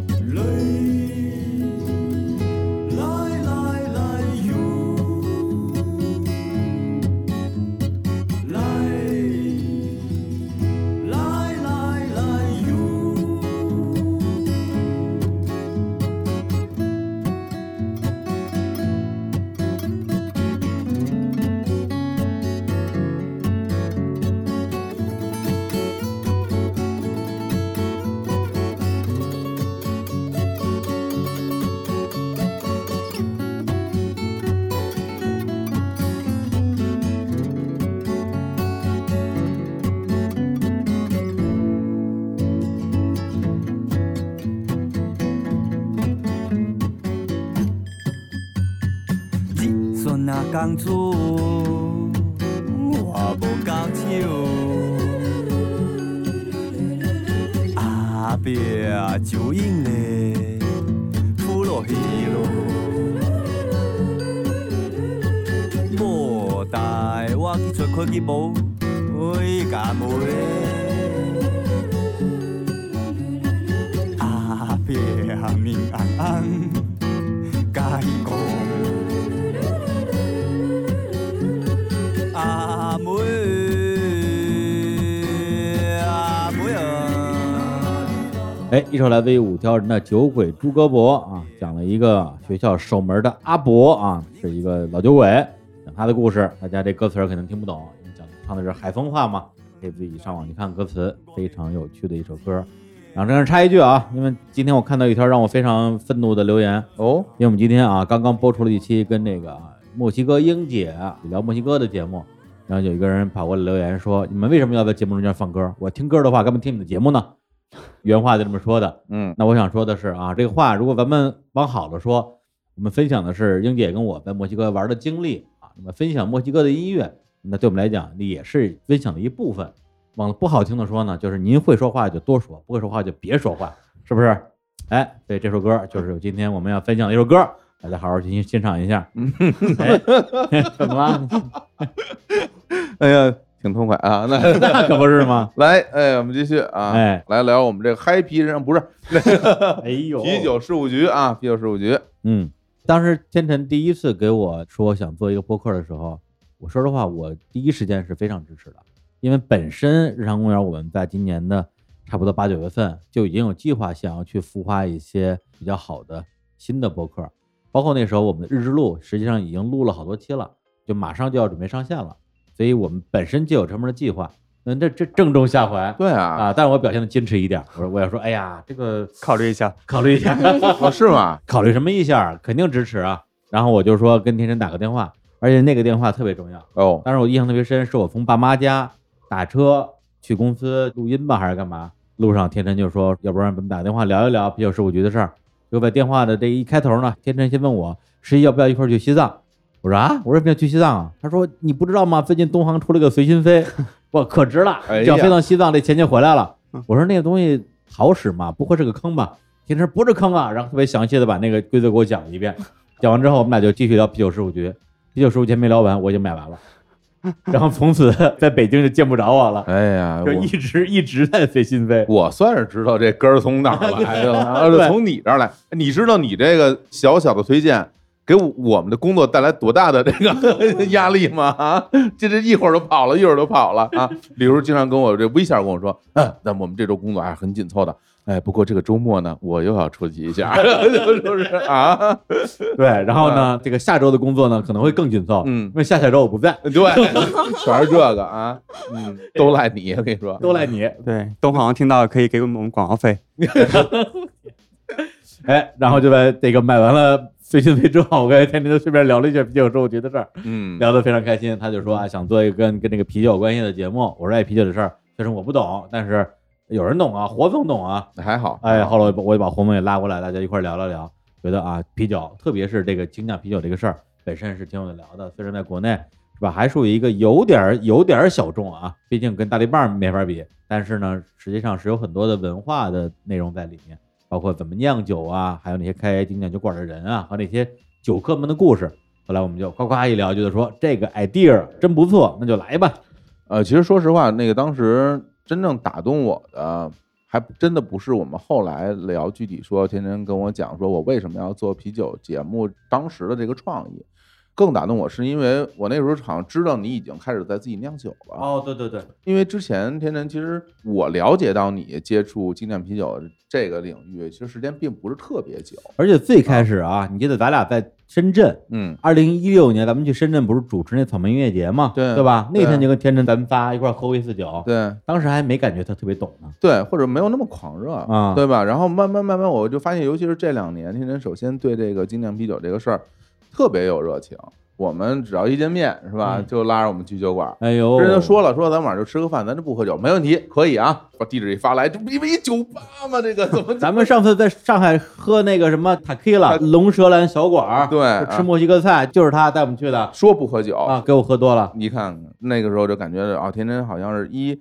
F: 来来来来哟，来来来来哟。日算啊工资，我无交手。阿伯啊，酒瘾嘞，扑落去咯。无带我去找会计部，哎，甲问。阿伯啊，面红红，甲伊讲。阿妹，
B: 哎，一首来自于五条人的《酒鬼朱哥伯》啊，讲了一个学校守门的阿伯啊，是一个老酒鬼，讲他的故事。大家这歌词儿肯定听不懂，因为讲唱的是海风话嘛，可以自己上网去看歌词，非常有趣的一首歌。然后这儿插一句啊，因为今天我看到一条让我非常愤怒的留言，
C: 哦，
B: 因为我们今天啊刚刚播出了一期跟那个墨西哥英姐聊墨西哥的节目，然后有一个人跑过来留言说：“你们为什么要在节目中间放歌？我听歌的话，干嘛听你们的节目呢？”原话就这么说的。
C: 嗯，
B: 那我想说的是啊，这个话如果咱们往好了说，我们分享的是英姐跟我在墨西哥玩的经历啊，那么分享墨西哥的音乐，那对我们来讲也是分享的一部分。往不好听的说呢，就是您会说话就多说，不会说话就别说话，是不是？哎，对，这首歌就是今天我们要分享的一首歌，大家好好欣欣赏一下。哎， 怎么了？
C: 哎呀，挺痛快啊。那
B: 那可不是吗？
C: 来，哎，我们继续啊，
B: 哎，
C: 来聊我们这个嗨皮人， 不是
B: 哎呦
C: 啤酒事务局啊，啤酒事务局，
B: 嗯，当时天辰第一次给我说想做一个播客的时候，我说实话，我第一时间是非常支持的，因为本身日常公园我们在今年的差不多八九月份就已经有计划想要去孵化一些比较好的新的播客，包括那时候我们的日志录实际上已经录了好多期了，就马上就要准备上线了，所以我们本身就有这么的计划。那这这正中下怀，
C: 对啊，
B: 啊，但是我表现的矜持一点，我说我要说，哎呀，这个
D: 考虑一下。
B: 考虑一下。
C: 哦，是吗？
B: 考虑什么意向，肯定支持啊。然后我就说跟天辰打个电话，而且那个电话特别重要。
C: 哦，
B: 当时我印象特别深，是我从爸妈家打车去公司录音吧，还是干嘛？路上天辰就说，要不然咱们打电话聊一聊啤酒事务局的事儿。就在电话的这一开头呢，天辰先问我十一要不要一块儿去西藏。我说啊，我说为什么要去西藏啊？他说你不知道吗？最近东航出了个随心飞， 我可值了，
C: 哎呀
B: 只要飞到西藏，这钱就回来了
D: 嗯。
B: 我说那个东西好使吗？不会是个坑吧？天辰不是坑啊，然后特别详细的把那个规则给我讲一 遍。讲完之后，我们俩就继续聊啤酒事务局。啤酒事务局还没聊完，我已经买 完了。然后从此在北京就见不着我了，
C: 哎呀，
B: 就一
C: 我
B: 直一直在随心飞。
C: 我算是知道这根儿从哪儿来的 了，而
B: 对
C: 且从你这儿来，你知道你这个小小的推荐。给我我们的工作带来多大的这 个压力吗？啊，这这一会儿就跑了，一会儿就跑了啊！李叔经常跟我这微笑跟我说，嗯，那我们这周工作还是很紧凑的，哎，不过这个周末呢，我又要出去一下， 是不是啊？
B: 对，然后呢，这个下周的工作呢可能会更紧凑，
C: 嗯
B: 因为下下周我不在，
C: 对，全是这个啊，嗯，都赖你，我跟你说，
B: 都赖你。
D: 对，东航听到可以给我们广告费。
B: 哎，然后就在这个买完了随心飞之后，我跟天天就随便聊了一下啤酒事务局的事儿，
C: 嗯，
B: 聊得非常开心。他就说啊，想做一个跟跟这个啤酒有关系的节目。我说哎，啤酒的事儿虽然我不懂，但是有人懂啊，活总懂啊。
C: 还好，
B: 哎，后来我也把我也把洪总也拉过来，大家一块儿聊了聊，觉得啊，啤酒，特别是这个精酿啤酒这个事儿，本身是挺有的聊的。虽然在国内是吧，还属于一个有点儿有点儿小众啊，毕竟跟大力棒儿没法比，但是呢，实际上是有很多的文化的内容在里面，包括怎么酿酒啊，还有那些开精酿酒馆的人啊，和那些酒客们的故事。后来我们就夸夸一聊，觉得说这个 idea 真不错，那就来吧。
C: 呃，其实说实话，那个当时真正打动我的，还真的不是我们后来聊具体说，天天跟我讲说我为什么要做啤酒节目当时的这个创意，更打动我是因为我那时候好像知道你已经开始在自己酿酒了。
B: 哦，对对对，
C: 因为之前天天其实我了解到你接触精酿啤酒这个领域，其实时间并不是特别久。
B: 而且最开始啊，你记得咱俩在深圳，
C: 嗯，
B: 二零一六年咱们去深圳不是主持那草莓音乐节嘛，
C: 对
B: 吧？那
C: 对
B: 天就跟天真咱们仨一块儿喝过一次酒，
C: 对，
B: 当时还没感觉他特别懂呢。
C: 对，或者没有那么狂热
B: 啊
C: 对吧？然后慢慢慢慢，我就发现，尤其是这两年，天天首先对这个精酿啤酒这个事儿特别有热情。我们只要一见面，是吧，
B: 嗯
C: 就拉着我们去酒馆。
B: 哎呦，
C: 人家说了，说咱晚上就吃个饭，咱就不喝酒，没问题，可以啊。把地址一发来，这不因为一酒吧吗？这个怎么
B: 咱们上次在上海喝那个什么塔 q 了，龙舌兰小馆儿，
C: 对
B: 就吃墨西哥菜，就是他带我们去的
C: 说不喝酒
B: 啊，给我喝多了。
C: 你看看那个时候就感觉啊，天天好像是一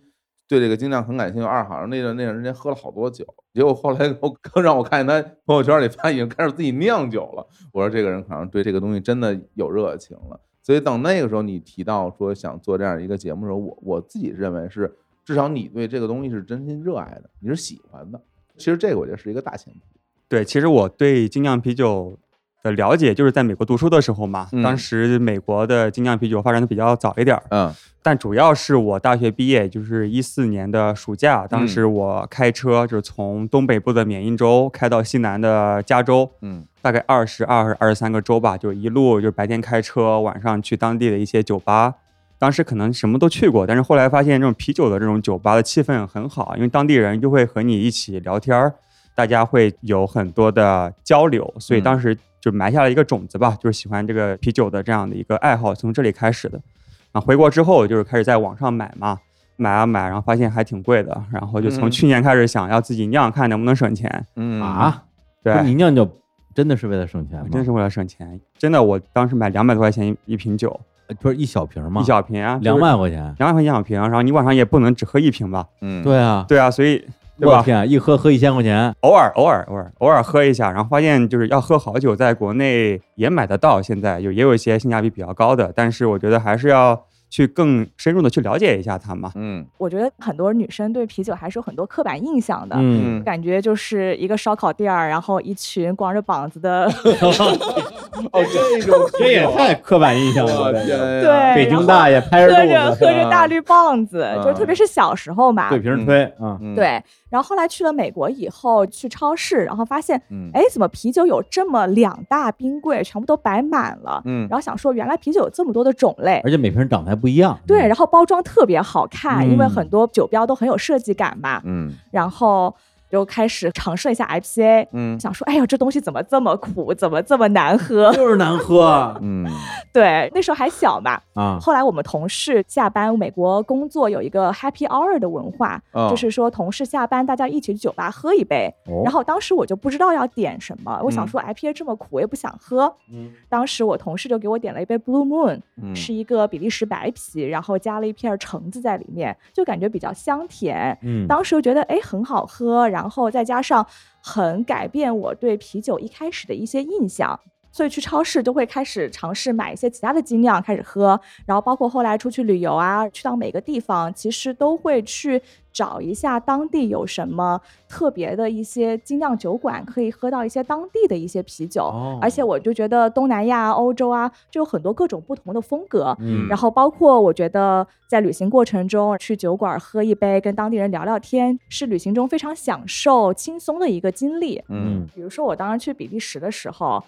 C: 对这个精酿很感兴趣，二好像那段那段时间喝了好多酒，结果后来 我刚让我看见他朋友圈里发现已经开始自己酿酒了，我说这个人好像对这个东西真的有热情了。所以等那个时候你提到说想做这样一个节目的时候，我我自己认为是至少你对这个东西是真心热爱的，你是喜欢的。其实这个我觉得是一个大前提。
D: 对，其实我对精酿啤酒的了解，就是在美国读书的时候嘛，
C: 嗯
D: 当时美国的精酿啤酒发展的比较早一点儿，
C: 嗯
D: 但主要是我大学毕业，就是一四年的暑假，当时我开车就是从东北部的缅因州开到西南的加州，
C: 嗯
D: 大概二十二、二十三个州吧，就一路就白天开车，晚上去当地的一些酒吧。当时可能什么都去过，但是后来发现这种啤酒的这种酒吧的气氛很好，因为当地人就会和你一起聊天儿，大家会有很多的交流，所以当时就埋下了一个种子吧，就是喜欢这个啤酒的这样的一个爱好，从这里开始的。啊，回国之后就是开始在网上买嘛，买啊买，然后发现还挺贵的，然后就
C: 嗯
D: 从去年开始想要自己酿，看能不能省钱。
C: 嗯，
B: 啊，
D: 对，
B: 不是你酿酒真的是为了省钱吗？
D: 真是为了省钱，真的，我当时买两百多块钱一一瓶酒，
B: 呃不是一小瓶吗？
D: 一小瓶啊，
B: 两万块钱？
D: 两万块钱一小瓶，然后你晚上也不能只喝一瓶吧？
C: 嗯，
B: 对啊，
D: 对啊，所以对
B: 我
D: 吧？
B: 天，一喝喝一千块钱，
D: 偶尔偶尔偶尔偶尔喝一下，然后发现就是要喝好酒，在国内也买得到，现在有也有一些性价比比较高的，但是我觉得还是要去更深入的去了解一下它嘛。
C: 嗯
E: 我觉得很多女生对啤酒还是有很多刻板印象的。
B: 嗯，
E: 感觉就是一个烧烤店儿，然后一群光着膀子的，
C: 哦，这种
B: 嗯这也太刻板印象
C: 我
B: 了。
C: 天
B: 这
C: 呀，
E: 对
B: 北京大爷拍
E: 喝
B: 着
E: 着
B: 肚
E: 喝
B: 子
E: 着大绿棒子，就
C: 嗯
E: 特别是小时候嘛，
B: 对瓶推啊，
C: 嗯，
E: 对，然后后来去了美国以后，去超市，然后发现，
C: 嗯
E: 哎，怎么啤酒有这么两大冰柜，全部都摆满了？
C: 嗯
E: 然后想说，原来啤酒有这么多的种类，
B: 而且每瓶长得还不一样。
E: 对，然后包装特别好看，因为
B: 嗯
E: 很多酒标都很有设计感嘛。
C: 嗯
E: 然后就开始尝试了一下 IPA，
C: 嗯
E: 想说，哎呦，这东西怎么这么苦，怎么这么难喝？
B: 就是难喝啊
C: 嗯
E: 对，那时候还小嘛。
B: 啊
E: 后来我们同事下班，美国工作有一个 Happy Hour 的文化，
C: 哦
E: 就是说同事下班大家一起去酒吧喝一杯。
B: 哦
E: 然后当时我就不知道要点什么，我想说 IPA 这么苦，我也不想喝。当时我同事就给我点了一杯 Blue Moon，、
C: 嗯
E: 是一个比利时白啤，然后加了一片橙子在里面，就感觉比较香甜。
B: 嗯，
E: 当时就觉得哎很好喝，然后再加上很改变我对啤酒一开始的一些印象，所以去超市就会开始尝试买一些其他的精酿开始喝，然后包括后来出去旅游啊，去到每个地方，其实都会去找一下当地有什么特别的一些精酿酒馆，可以喝到一些当地的一些啤酒。
B: 哦
E: 而且我就觉得东南亚啊、欧洲啊，就有很多各种不同的风格，
B: 嗯
E: 然后包括我觉得在旅行过程中去酒馆喝一杯，跟当地人聊聊天，是旅行中非常享受、轻松的一个经历。
C: 嗯
B: 嗯
E: 比如说我当时去比利时的时候，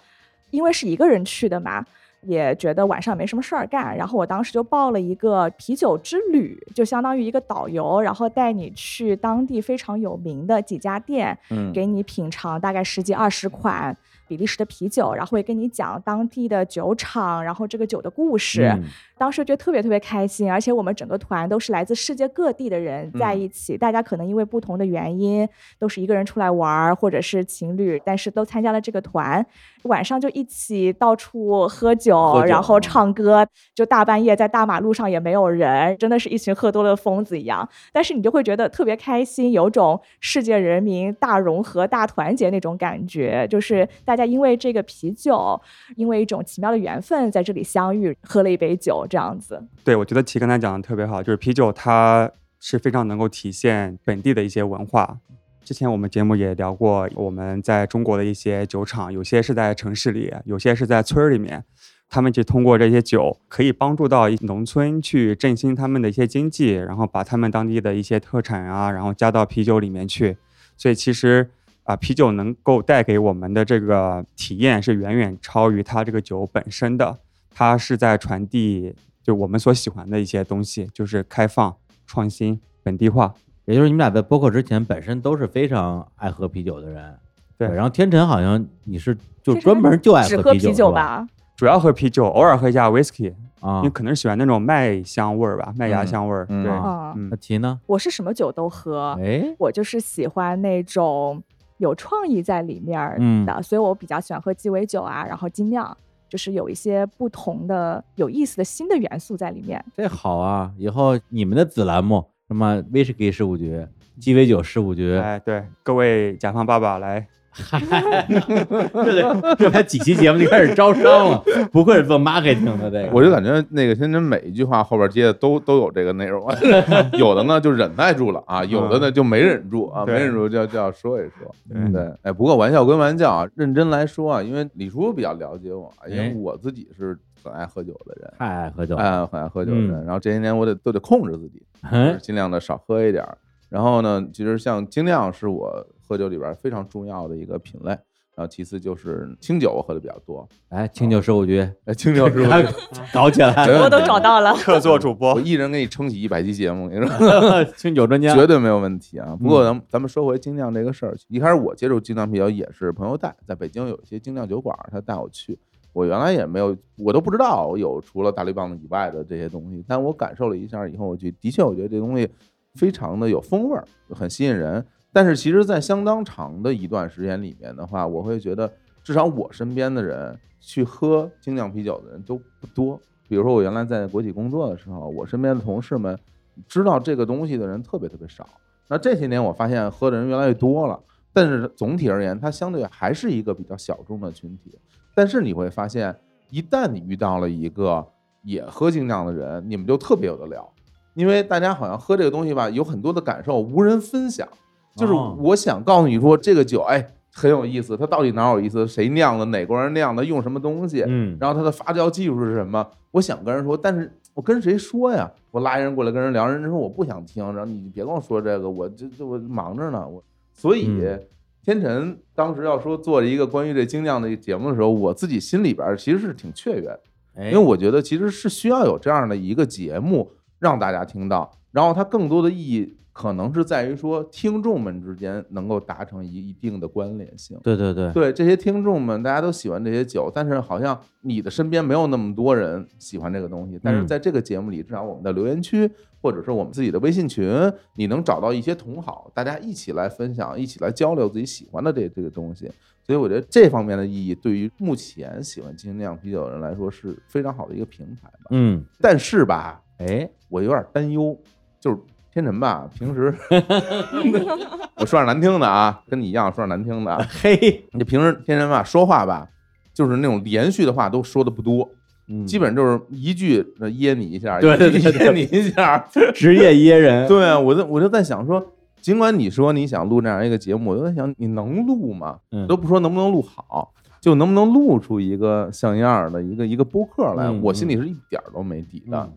E: 因为是一个人去的嘛。也觉得晚上没什么事儿干，然后我当时就报了一个啤酒之旅，就相当于一个导游，然后带你去当地非常有名的几家店，
C: 嗯
E: 给你品尝大概十几二十款比利时的啤酒，然后会跟你讲当地的酒厂，然后这个酒的故事。
B: 嗯
E: 当时觉得特别特别开心，而且我们整个团都是来自世界各地的人在一起，大家可能因为不同的原因，都是一个人出来玩儿，或者是情侣，但是都参加了这个团，晚上就一起到处喝酒，
C: 喝酒
E: 然
B: 嗯
E: 后唱歌，就大半夜在大马路上也没有人，真的是一群喝多了的疯子一样。但是你就会觉得特别开心，有种世界人民大融合、大团结那种感觉，就是大家因为这个啤酒，因为一种奇妙的缘分在这里相遇，喝了一杯酒这样子。
D: 对，我觉得齐刚才讲的特别好，就是啤酒它是非常能够体现本地的一些文化。之前我们节目也聊过，我们在中国的一些酒厂，有些是在城市里，有些是在村儿里面，他们就通过这些酒可以帮助到一农村去振兴他们的一些经济，然后把他们当地的一些特产啊，然后加到啤酒里面去。所以其实啊，啤酒能够带给我们的这个体验是远远超于它这个酒本身的。它是在传递就我们所喜欢的一些东西，就是开放、创新、本地化。
B: 也就是你们俩在播客之前本身都是非常爱喝啤酒的人，
D: 对
B: 然后天辰好像你是就
E: 天辰
B: 专门就爱
E: 只喝
B: 啤
E: 啤
B: 酒
E: 酒
B: 是吧？
E: 吧，
D: 主要喝啤酒，偶尔喝一下 whisky，、
B: 啊
D: 因为，可能喜欢那种麦香味儿吧，麦芽
C: 嗯
D: 香味儿。
C: 嗯
D: 对，
E: 啊
D: 嗯
B: 那，题呢？
E: 我是什么酒都喝，
B: 哎，
E: 我就是喜欢那种有创意在里面儿
B: 嗯
E: 的，所以我比较喜欢喝鸡尾酒啊，然后精酿，就是有一些不同的、有意思的新的元素在里面。
B: 这好啊！以后你们的子栏目
D: 哎
B: 什么威士忌事务局、鸡尾酒事务局，
D: 哎，对，各位甲方爸爸来
B: 这得这才几期节目就开始招商了， 不愧是做 marketing 的这个。
C: 我就感觉那个天真每一句话后边接的都都有这个内容，啊 有的呢就忍耐住了啊，有
B: 嗯
C: 的呢就没忍住啊，没
D: 对
C: 忍住就就要说一说。
D: 对
C: 对，哎，不过玩笑归玩笑啊，认真来说啊，因为李叔比较了解我，啊因为
B: 哎
C: 我自己是很爱喝酒的人。
B: 太爱喝酒了，
C: 哎，很爱喝酒的人，
B: 嗯
C: 然后这些年我得都得控制自己，就是
B: 哎，
C: 尽量的少喝一点儿。然后呢，其实像精酿是我喝酒里边儿非常重要的一个品类，然后其次就是清酒，我喝的比较多。
B: 哎，清酒事务局，
C: 哎，清酒 是我
B: 搞起来，
C: 嗯
E: 我都找到了。
D: 客座主播
C: 我，一人给你撑起一百期节目，你说
B: 清酒专家，嗯
C: 绝对没有问题啊。不过咱们咱们说回精酿这个事儿，一开始我接触精酿啤酒也是朋友带，在北京有一些精酿酒馆，他带我去。我原来也没有，我都不知道有除了大绿棒子以外的这些东西，但我感受了一下以后，我去的确我觉得这东西非常的有风味儿，很吸引人。但是其实，在相当长的一段时间里面的话，我会觉得至少我身边的人去喝精酿啤酒的人都不多。比如说我原来在国企工作的时候，我身边的同事们知道这个东西的人特别特别少。那这些年我发现喝的人越来越多了，但是总体而言，它相对还是一个比较小众的群体。但是你会发现，一旦你遇到了一个也喝精酿的人，你们就特别有得聊，因为大家好像喝这个东西吧，有很多的感受无人分享。就是
B: 哦
C: 我想告诉你说，这个酒哎很有意思，它到底哪有意思？谁酿的？哪国人酿的？用什么东西？
B: 嗯，
C: 然后它的发酵技术是什么？我想跟人说，但是我跟谁说呀？我拉一人过来跟人聊，人家说我不想听，然后你别跟我说这个，我这这我忙着呢，我所以。
B: 嗯
C: 天辰当时要说做一个关于这精酿的节目的时候，我自己心里边其实是挺雀跃的，
B: 因
C: 因为我觉得其实是需要有这样的一个节目让大家听到，然后它更多的意义可能是在于说听众们之间能够达成一一定的关联性。
B: 对对对，
C: 对这些听众们，大家都喜欢这些酒，但是好像你的身边没有那么多人喜欢这个东西。但是在这个节目里，至少我们的留言区或者是我们自己的微信群，你能找到一些同好，大家一起来分享，一起来交流自己喜欢的这这个东西。所以我觉得这方面的意义，对于目前喜欢精酿啤酒的人来说是非常好的一个平台吧。
B: 嗯，
C: 但是吧，
B: 哎，
C: 我有点担忧，就是天辰吧，平时 我说点难听的啊，跟你一样说点难听的啊。
B: 嘿，
C: 你平时天天吧说话吧，就是那种连续的话都说的不多，
B: 嗯
C: 基本就是一句呃噎你一下，
B: 对对
C: 一
B: 对
C: 句
B: 对
C: 噎你一 下。
B: 职业噎人，
C: 对啊，我就我就在想说，尽管你说你想录这样一个节目，我就在想你能录吗？
B: 嗯
C: 都不说能不能录好，就能不能录出一个像样儿的一个一个播客来，
B: 嗯
C: 我心里是一点儿都没底的。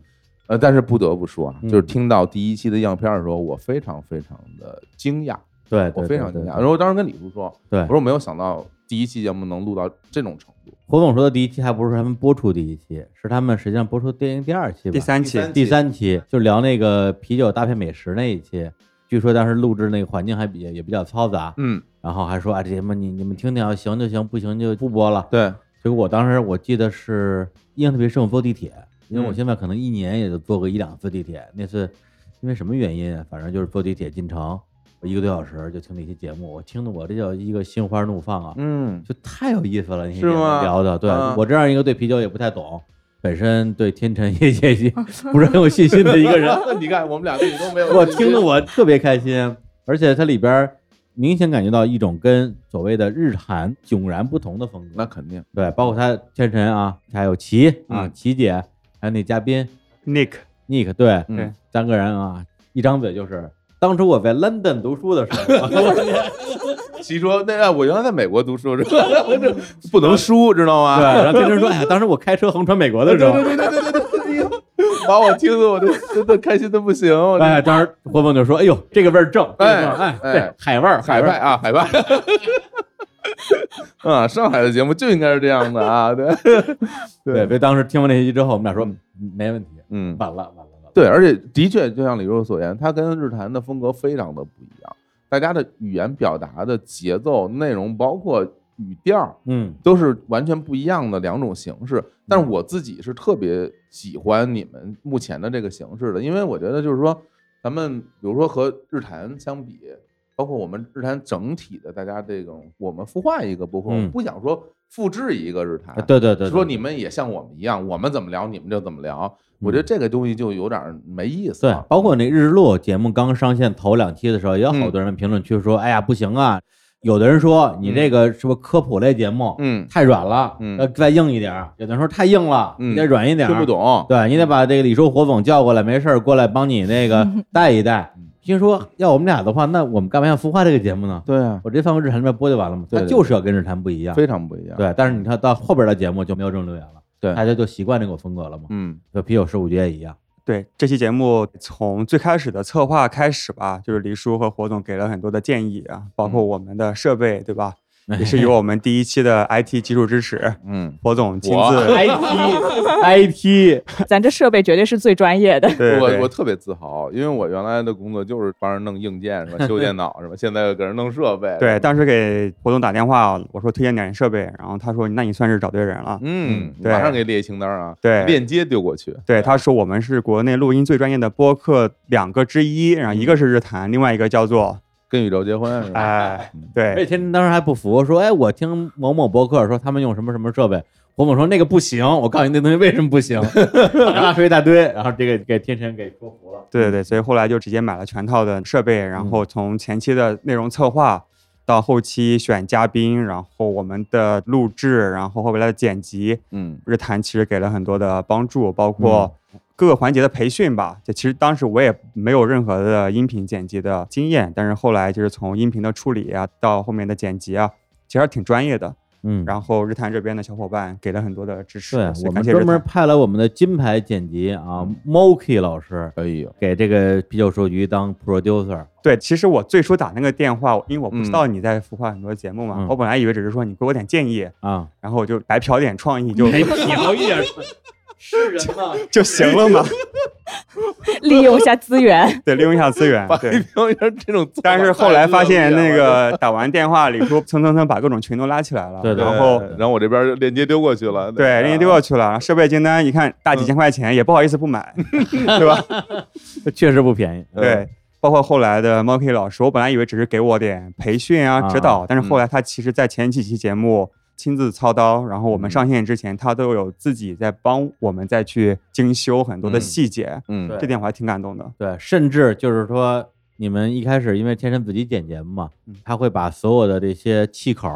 C: 呃，但是不得不说啊，就是
B: 嗯
C: 听到第一期的样片儿的时候，我非常非常的惊讶，
B: 对，对
C: 我非常惊
B: 对
C: 讶。
B: 对
C: 然后我当时跟李叔说，
B: 对
C: 我说我没有想到第一期节目能录到这种程度。
B: 胡总说的第一期还不是他们播出第一期，是他们实际上播出电影第二期吧、
D: 第三期
C: 第三期
B: 第三期，就聊那个啤酒搭配美食那一期。据说当时录制那个环境还比也比较嘈杂，
C: 嗯，
B: 然后还说啊，这节目你你们听听啊，行就行，不行就不播了。
C: 对，
B: 结果我当时我记得是印象特别深，我坐地铁，因为我
C: 嗯
B: 现在可能一年也就坐个一两次地铁。那次因为什么原因啊，反正就是坐地铁进城，我一个多小时就听那些节目，我听的我这叫一个心花怒放啊！
C: 嗯，
B: 就太有意思了，那些
C: 是
B: 节目
C: 吗
B: 聊的，对、
C: 啊
B: 我这样一个对啤酒也不太懂，本身对天辰也也也不是很有信 心的一个 人，
C: 你看我们俩对你都没有
B: 我听得我特别开心，而且它里边儿明显感觉到一种跟所谓的日韩迥然不同的风格
C: 那，肯定，
B: 对，包括他天辰啊，还有齐啊，
C: 嗯
B: 齐姐，还有那嘉宾
D: Nick，
B: Nick，对，
C: 嗯
D: 对
B: 三个人啊，一张嘴就是。当初我在 London 读书的 时候，
C: 其实说那哎我原来在美国读书，是吧？我这不能输，知道吗？
B: 对，然后天辰说：“哎呀，当时我开车横穿美国的时候，
C: 对对对对对对对，把我听得我都真的开心的不行，我这
B: 哎，当时郭总就说：“哎呦，这个味儿正，这个味儿
C: 哎
B: 哎，
C: 哎
B: 对，海味儿，
C: 海
B: 味
C: 派
B: 儿。
C: 啊， 海派。啊，上海的节目就应该是这样的啊， 对，
B: 对，所以当时听完这些之后，我们俩说嗯没问题，
C: 嗯，
B: 完了完了完了。
C: 对，而且的确，就像李若所言，它跟日坛的风格非常的不一样，大家的语言表达的节奏、内容，包括语调，
B: 嗯，
C: 都是完全不一样的两种形式。但是我自己是特别喜欢你们目前的这个形式的，因为我觉得就是说，咱们比如说和日坛相比，包括我们日坛整体的大家这种，我们孵化一个播客，我们
B: 嗯
C: 不想说复制一个日坛
B: 啊，对对对，对
C: 说你们也像我们一样，我们怎么聊你们就怎么聊。我觉
D: 嗯
C: 得这个东西就有点没意思
B: 对
C: 了。，
B: 包括那日落节目刚上线头两期的时候，也有好多人评论区说：“哎呀，不行啊，有的人说你这个是不是科普类节目，
C: 嗯，
B: 太软了，
C: 嗯
B: 要再硬一点儿。有的人说太硬了，
C: 嗯
B: 你得软一点儿。
C: 听不懂，嗯
B: 对你得把这个李叔火总叫过来，没事儿过来帮你那 个带一带。
C: 嗯
B: 听说要我们俩的话，那我们干嘛要孵化这个节目呢？
C: 对啊，
B: 我直接放回日坛里面播就完了嘛。
C: 对
B: 它
C: 对
B: 就是要跟日坛不
D: 啊
B: 一样。
C: 非常不一样。，
B: 对，但是你看到后边的节目就没有这种留言了，
C: 对
B: 大家就习惯这种风格了嘛。
C: 嗯
B: 就啤酒十五局也一样，
D: 对这期节目，从最开始的策划开始吧，就是黎叔和火总给了很多的建议啊，包括我们的设备，对吧？也是有我们第一期的 IT 技术支持，
C: 嗯，
D: 火总亲
C: 我
D: 自
C: 哎
B: IT IT，
E: 咱这设备绝对是最 专业的。
D: 对
C: 我我
D: 对
C: 特别自豪，因为我原来的工作就是帮人弄硬件是吧，修电脑是吧，现在又给人弄 设备，
D: 对，，当时给火总打电话，我说推荐点设备，然后他说那你算是找对人了。
C: 嗯，
D: 对
C: 马上给列一清单啊，
D: 对
C: 链接丢过去，
D: 对，他说我们是国内录音最专业的播客两个之一，然后一个是日坛，另外一个叫做
C: 跟宇宙结婚是吧？
D: 哎，
B: 而且
D: 对
B: 天天当时还不服，说哎，我听某某博客说他们用什么什么设备，火某说那个不行，我告诉你那东西为什么不 行，然后说一大堆，然后这个给天神给说服了。
D: 对对对，所以后来就直接买了全套的设备，然后从前期的内容策划到后期选嘉宾，然后我们的录制，然后后来的剪辑，
C: 嗯
D: 日坛其实给了很多的帮助，
B: 嗯
D: 包括各个环节的培训吧。这其实当时我也没有任何的音频剪辑的经验，但是后来就是从音频的处理啊，到后面的剪辑啊，其实还挺专业的。
B: 嗯，
D: 然后日坛这边的小伙伴给了很多的支持，
B: 对
D: 所以
B: 我
D: 感
B: 们
D: 谢日
B: 专门
D: 坛
B: 派了我们的金牌剪辑啊，Moki 老师
C: 哎呦，
B: 给这个啤酒数局当 producer，
D: 对。其实我最初打那个电话，因为我不知
C: 嗯
D: 道你在孵化很多节目嘛，
B: 嗯
D: 我本来以为只是说你给我点建议，
B: 啊，
D: 然后我就白嫖点创意就
B: 瞟一眼，是人吗？
D: 就行了嘛，
E: 利用一下资 源，
D: 对，利用一下资源
C: 把，
D: 对
C: 一。瓶这种做法太恶劣了，
D: 但是后来发现，那 个打完电话，李叔蹭蹭蹭把各种群都拉起来了，
B: 对对
D: 然后
C: 对啊然后我这边就链接丢过去了，
D: 对，人家丢过去了，设备清单一看大几千块钱，也不好意思不买，对吧？
B: 确实不便宜。
D: 对，包括后来的 Monkey 老师，我本来以为只是给我点培训啊、指导，但是后来他其实在前几期节目亲自操刀，然后我们上线之前，他都有自己在帮我们再去精修很多的
C: 嗯
D: 细节，
C: 嗯，
B: 对
D: 这点我还挺感动的。
B: 对，甚至就是说，你们一开始因为天神自己剪节目嘛
D: 嗯，
B: 他会把所有的这些气口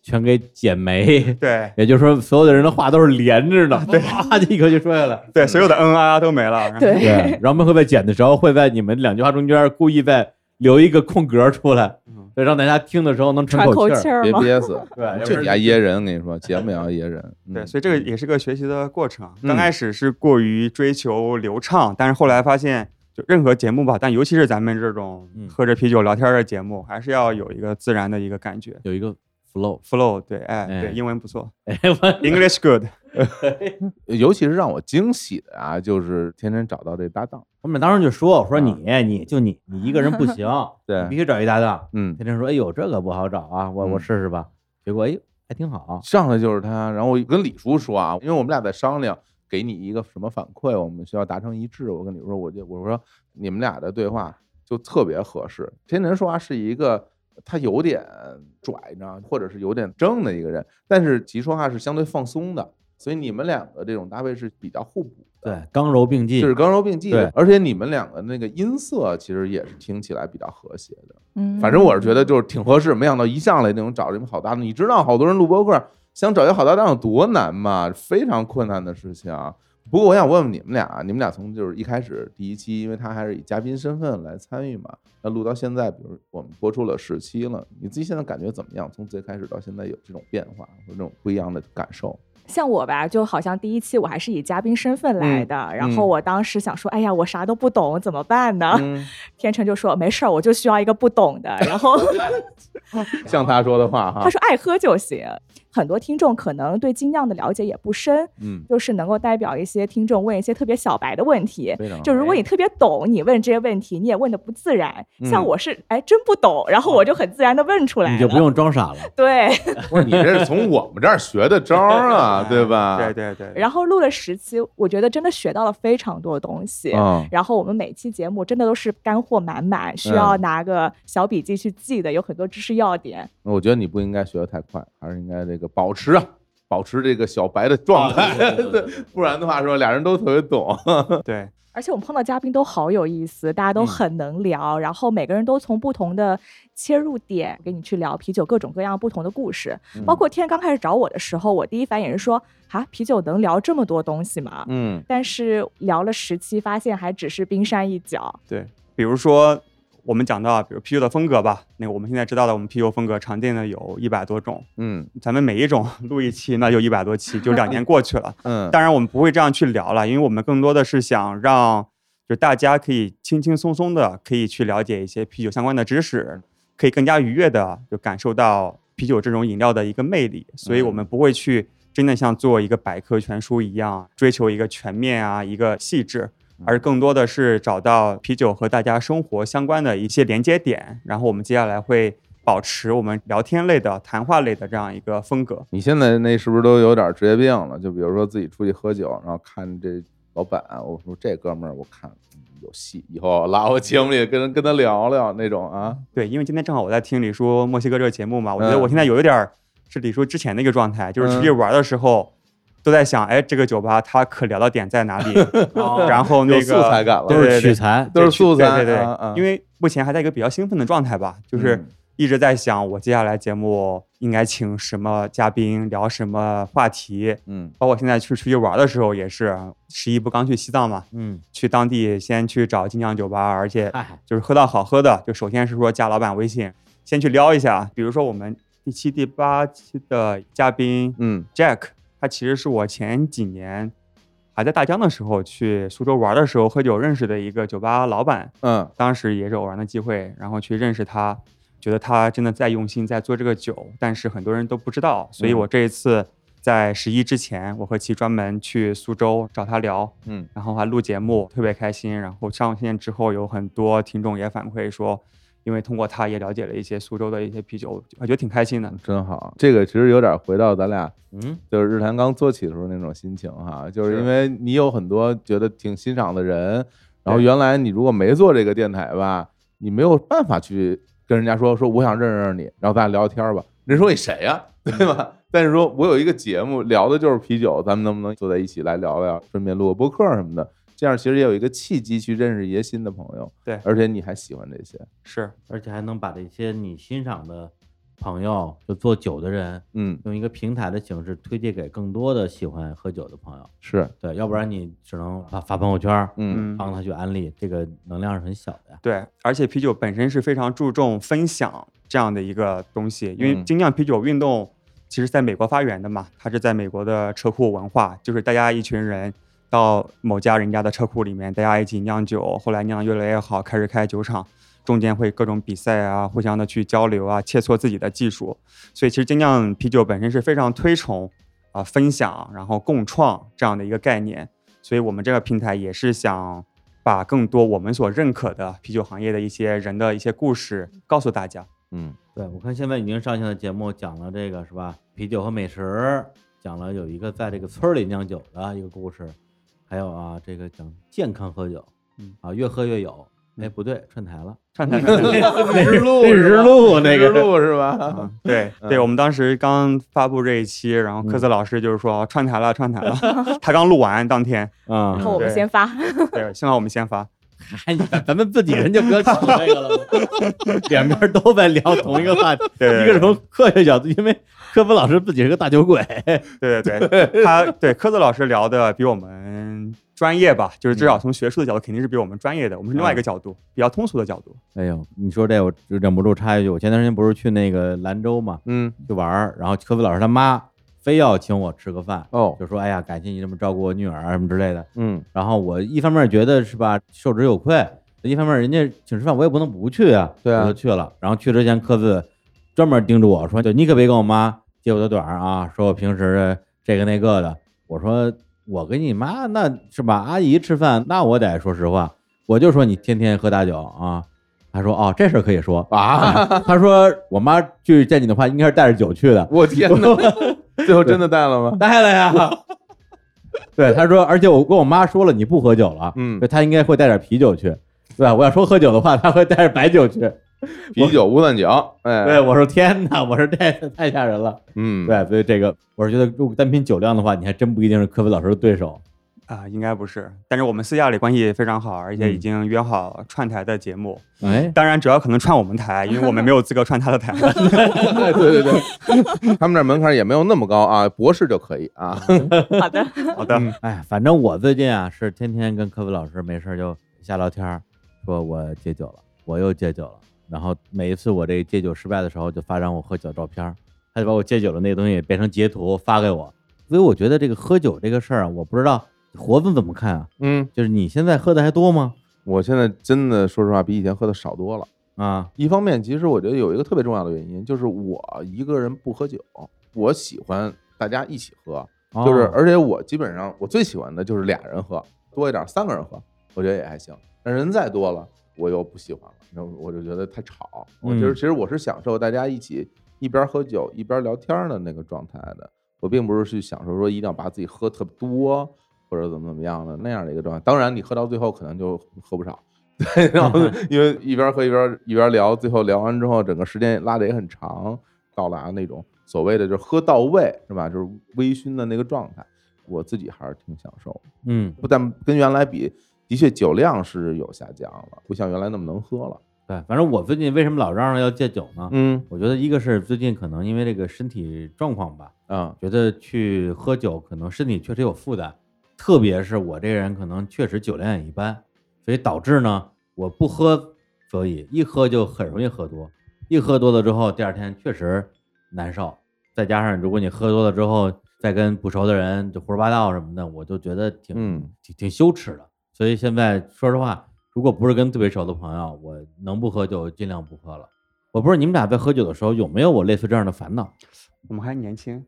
B: 全给剪没，
D: 对
B: 也就是说，所有的人的话都是连着的，对，啪就一口就说下来。
D: 对，所有的嗯啊啊都没了。然后
E: 对
B: 对，然后我们会在剪的时候，会在你们两句话中间故意再留一个空格出来
D: 嗯，
B: 对，让大家听的时候能
E: 喘
B: 喘口
E: 气
B: 儿。
E: 儿
C: 别
E: 吗？
C: 憋死，
B: 对，要不然
C: 就你丫噎人，我跟你说，节目也要噎人，嗯
D: 对，所以这个也是个学习的过程。啊
C: 嗯
D: 刚开始是过于追求流畅，但是后来发现，就任何节目吧，但尤其是咱们这种
B: 嗯
D: 喝着啤酒聊天的节目，还是要有一个自然的一个感觉。
B: 有一个 flow，
D: Flow，对，哎，
B: 哎
D: 对，英文不错
B: 哎我
D: ，English good，
C: 尤其是让我惊喜的啊，就是天天找到这搭档，
B: 我们当时就说，我说你你就你你一个人不行，
C: 对
B: 你必须找一搭档。
C: 嗯，
B: 天天说，哎呦，这个不好找啊，我我
C: 嗯
B: 试试吧。结果哎，还挺好。
C: 上来就是他，然后我跟李叔说啊，因为我们俩在商量，给你一个什么反馈，我们需要达成一致。我跟李叔说，我就我说你们俩的对话就特别合适。天辰说话是一个他有点拽，你知道吗，或者是有点正的一个人，但是吉说话是相对放松的，所以你们两个这种搭配是比较互补的。
B: 对，刚柔并济，
C: 就是刚柔并济的
B: 对，
C: 而且你们两个那个音色其实也是听起来比较和谐的。
E: 嗯
C: 反正我是觉得就是挺合适，没想到一上来那种找这种好搭档，你知道好多人录播客想找一个好搭档有多难吗？非常困难的事情。啊不过我想问问你们俩，啊你们俩从就是一开始第一期，因为他还是以嘉宾身份来参与嘛，那录到现在，比如我们播出了十期了，你自己现在感觉怎么样？从最开始到现在有这种变化或者这种不一样的感受？
E: 像我吧，就好像第一期我还是以嘉宾身份来的，然后
C: 嗯
E: 我当时想说，哎呀，我啥都不懂，怎么办呢？
C: 嗯，
E: 天成就说没事儿，我就需要一个不懂的，然后
C: 像他说的话哈
B: 啊
E: 他，说爱喝就行。很多听众可能对精酿的了解也不深，
C: 嗯，
E: 就是能够代表一些听众问一些特别小白的问题。
C: 非常
E: 就如果
B: 哎
E: 你特别懂，你问这些问题，你也问的不自然。像
C: 嗯
E: 我是哎真不懂，然后我就很自然的问出来
B: 啊你就不
E: 了
B: 用装傻了。
E: 对。
C: 不是你这是从我们这儿学的招儿啊，对吧？
D: 对对对，
E: 然后录了十期，我觉得真的学到了非常多东西。
B: 啊
C: 嗯，
E: 然后我们每期节目真的都是干货满满，
B: 嗯
E: 需要拿个小笔记去记的，有很多知识要点。
C: 我觉得你不应该学的太快，还是应该这个保持啊，保持这个小白的状态，不然的话说俩人都特别懂。
D: 对，
E: 而且我们碰到嘉宾都好有意思，大家都
D: 嗯
E: 很能聊，然后每个人都从不同的切入点给你去聊啤酒各种各样不同的故事。
C: 嗯
E: 包括天刚开始找我的时候，我第一反应也是说啊，啤酒能聊这么多东西吗？
C: 嗯
E: 但是聊了十期，发现还只是冰山一角。
D: 对，比如说我们讲到，比如啤酒的风格吧，那个我们现在知道的，我们啤酒风格常见的有一百多种，
C: 嗯
D: 咱们每一种 录一期，那就一百多期，就两年过去了。
C: 嗯，
D: 当然，我们不会这样去聊了，因为我们更多的是想让就大家可以轻轻松松的可以去了解一些啤酒相关的知识，可以更加愉悦的就感受到啤酒这种饮料的一个魅力。所以我们不会去真的像做一个百科全书一样追求一个全面啊，一个细致。而更多的是找到啤酒和大家生活相关的一些连接点，然后我们接下来会保持我们聊天类的、谈话类的这样一个风格。
C: 你现在那是不是都有点职业病了？就比如说自己出去喝酒，然后看这老板，啊我说这哥们儿，我看嗯有戏，以后拉我节目里跟人跟他聊聊那种啊。
D: 对，因为今天正好我在听李叔墨西哥这个节目嘛，我觉得
C: 嗯
D: 我现在有一点儿是李叔之前那个状态，就是出去
C: 嗯
D: 玩的时候。都在想，哎，这个酒吧它可聊的点在哪里？ 然后那
C: 哦有
D: 个
C: 素材感了
D: 对
B: 都
D: 对
B: 是取
D: 对
B: 材，
C: 都是
D: 对
C: 素材
D: 对对对
C: 啊啊
D: 因为目前还在一个比较兴奋的状态吧，就是
C: 嗯
D: 一直在想我接下来节目应该请什么嘉宾，聊什么话题。
C: 嗯
D: 包括现在去出去玩的时候也是，十一不刚去西藏嘛，
B: 嗯，
D: 去当地先去找精酿酒吧，而且
B: 嗨，
D: 就是喝到好喝的，就首先是说加老板微信，先去撩一下。啊比如说我们第七、第八期的嘉宾
C: 嗯
D: Jack，他其实是我前几年还在大江的时候去苏州玩的时候喝酒认识的一个酒吧老板，
C: 嗯
D: 当时也是偶然的机会，然后去认识他，觉得他真的在用心在做这个酒，但是很多人都不知道，所以
C: 嗯
D: 我这一次在十一之前，我和其专门去苏州找他聊，
C: 嗯
D: 然后还录节目，特别开心。然后上线之后，有很多听众也反馈说，因为通过他也了解了一些苏州的一些啤酒，我觉得挺开心的。
C: 真好。这个其实有点回到咱俩
B: 嗯，
C: 就是日坛刚做起的时候那种心情哈，就是
D: 是
C: 因为你有很多觉得挺欣赏的人，然后
D: 对
C: 原来你如果没做这个电台吧，你没有办法去跟人家说说我想认识认识你，然后咱俩聊天吧。人说你谁呀、 对吧？但是说我有一个节目聊的就是啤酒，咱们能不能坐在一起来聊聊，顺便录个播客什么的，这样其实也有一个契机去认识一些新的朋友。
D: 对
C: 而且你还喜欢这些，
D: 是
B: 而且还能把这些你欣赏的朋友，就做酒的人，
C: 嗯，
B: 用一个平台的形式推荐给更多的喜欢喝酒的朋友。
C: 是，
B: 对，要不然你只能发发朋友圈儿，
C: 嗯
B: 帮他去安利，这个能量是很小的呀。
D: 对，而且啤酒本身是非常注重分享这样的一个东西，因为
C: 嗯
D: 精酿啤酒运动其实在美国发源的嘛，它是在美国的车库文化，就是大家一群人到某家人家的车库里面，大家一起酿酒，后来酿得越来越好，开始开酒厂，中间会各种比赛啊，互相的去交流啊，切磋自己的技术，所以其实精酿啤酒本身是非常推崇啊、分享，然后共创这样的一个概念。所以我们这个平台也是想把更多我们所认可的啤酒行业的一些人的一些故事告诉大家。
C: 嗯
B: 对，我看现在已经上线的节目讲了这个是吧？啤酒和美食，讲了有一个在这个村儿里酿酒的一个故事，还有啊，这个讲健康喝酒，
D: 嗯
B: 啊，越喝越有。哎，不对，串台了，
D: 看看看看
B: 那是
C: 录
B: 那是
C: 是
B: 日
C: 吧
B: 录那
C: 日
B: 个
C: 录是吧
D: 啊？对
B: 嗯
D: 对，我们当时刚发布这一期，然后科斯老师就是说哦串台了， 串台了，他刚录完当天，
B: 啊
C: 嗯
E: 然后我们
D: 对
E: 先发，
D: 对，幸好我们先发。
B: 哎你咱们自己人就不要讲这个了， 两边都在聊同一个话题，
D: 对 对
B: 一个是从科学角度，因为科普老师自己是个大酒鬼，
D: 对对对，他对科子老师聊的比我们专业吧，就是
B: 嗯
D: 至少从学术的角度肯定是比我们专业的，我们是另外一个角度，比较通俗的角度。
B: 哎呦，你说这我就忍不住插一句，我前段时间不是去那个兰州嘛，
C: 嗯
B: 去玩儿，然后科比老师他妈非要请我吃个饭，
C: 哦
B: 就说哎呀，感谢你这么照顾我女儿啊什么之类的。
C: 嗯
B: 然后我一方面觉得是吧，受之有愧；一方面人家请吃饭，我也不能不去啊，
C: 对啊
B: 我就去了。然后去之前，科子专门叮嘱我说：“就你可别跟我妈揭我的短儿啊，说我平时这个那个的。”我说：“我跟你妈那是吧，阿姨吃饭，那我得说实话，我就说你天天喝大酒啊。”他说：“哦，这事儿可以说
C: 啊，
B: 啊。”他说：“我妈去见你的话，应该是带着酒去的。”
C: 我天哪！最后真的带了吗？
B: 带了呀。 对，他说，而且我跟我妈说了，你不喝酒了，啊
C: 嗯
B: 所以她应该会带点啤酒去，对吧？我要说喝酒的话，她会带着白酒去。
C: 啤酒无断酒，哎，
B: 对，，我说天哪，我说这太吓人了。
C: 嗯，，
B: 对，所以这个我是觉得，如果单凭酒量的话，你还真不一定是科菲老师的对手。
D: 啊、应该不是。但是我们私下里关系非常好，而且已
B: 嗯
D: 经约好串台的节目。
B: 哎，
D: 当然，主要可能串我们台，因为我们没有资格串他的台。
C: 对哎对对对，他们那门槛也没有那么高啊，博士就可以啊，
E: 好的，
D: 好的，
B: 哎，反正我最近啊是天天跟科菲老师没事儿就瞎聊天儿，说我戒酒了，我又戒酒了。然后每一次我这戒酒失败的时候，就发张我喝酒的照片儿，他就把我戒酒的那个东西变成截图发给我。所以我觉得这个喝酒这个事儿啊，我不知道活子怎么看啊，
C: 嗯，
B: 就是你现在喝的还多吗？
C: 我现在真的说实话，比以前喝的少多了。
B: 啊，
C: 一方面，其实我觉得有一个特别重要的原因，就是我一个人不喝酒，我喜欢大家一起喝，
B: 哦
C: 就是而且我基本上我最喜欢的就是俩人喝，多一点三个人喝，我觉得也还行。但人再多了，我又不喜欢了，那我就觉得太吵。我就是
B: 嗯
C: 其实我是享受大家一起一边喝酒一边聊天的那个状态的，我并不是去享受说一定要把自己喝特多或者怎么怎么样的那样的一个状态。当然，你喝到最后可能就喝不少。 对，然后因为一边喝一边一边聊，最后聊完之后，整个时间拉的也很长，到达那种所谓的就是喝到位是吧？就是微醺的那个状态，我自己还是挺享受的。
B: 嗯，
C: 不但跟原来比，的确酒量是有下降了，不像原来那么能喝了。
B: 对，反正我最近为什么老嚷嚷要戒酒呢？
C: 嗯
B: 我觉得一个是最近可能因为这个身体状况吧，
C: 啊
B: 觉得去喝酒可能身体确实有负担，特别是我这人可能确实酒量也一般，所以导致呢我不喝，所以一喝就很容易喝多，一喝多了之后第二天确实难受，再加上如果你喝多了之后再跟不熟的人就胡说八道什么的，我就觉得挺、
C: 嗯
B: 挺挺羞耻的。所以现在说实话，如果不是跟特别熟的朋友，我能不喝就尽量不喝了。我不知道你们俩在喝酒的时候有没有我类似这样的烦恼？
D: 我们还年轻。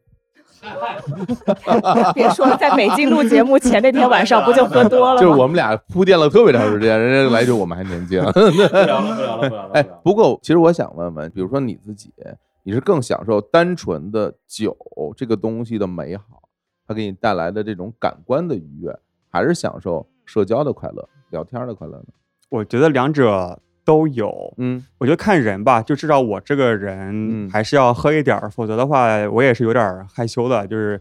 E: 别说了，在北京录节目前那天晚上不就喝多了
C: 就是
E: 吗？
C: 我们俩铺垫了特别长时间，人家来就我们还年轻。
B: 不聊了，不聊了，不聊了
C: 哎，不过其实我想问问，比如说你自己，你是更享受单纯的酒这个东西的美好，它给你带来的这种感官的愉悦，还是享受社交的快乐、聊天的快乐呢？
D: 我觉得两者都有，
C: 嗯
D: 我觉得看人吧，就至少我这个人
C: 嗯
D: 还是要喝一点儿，否则的话我也是有点儿害羞的。就是，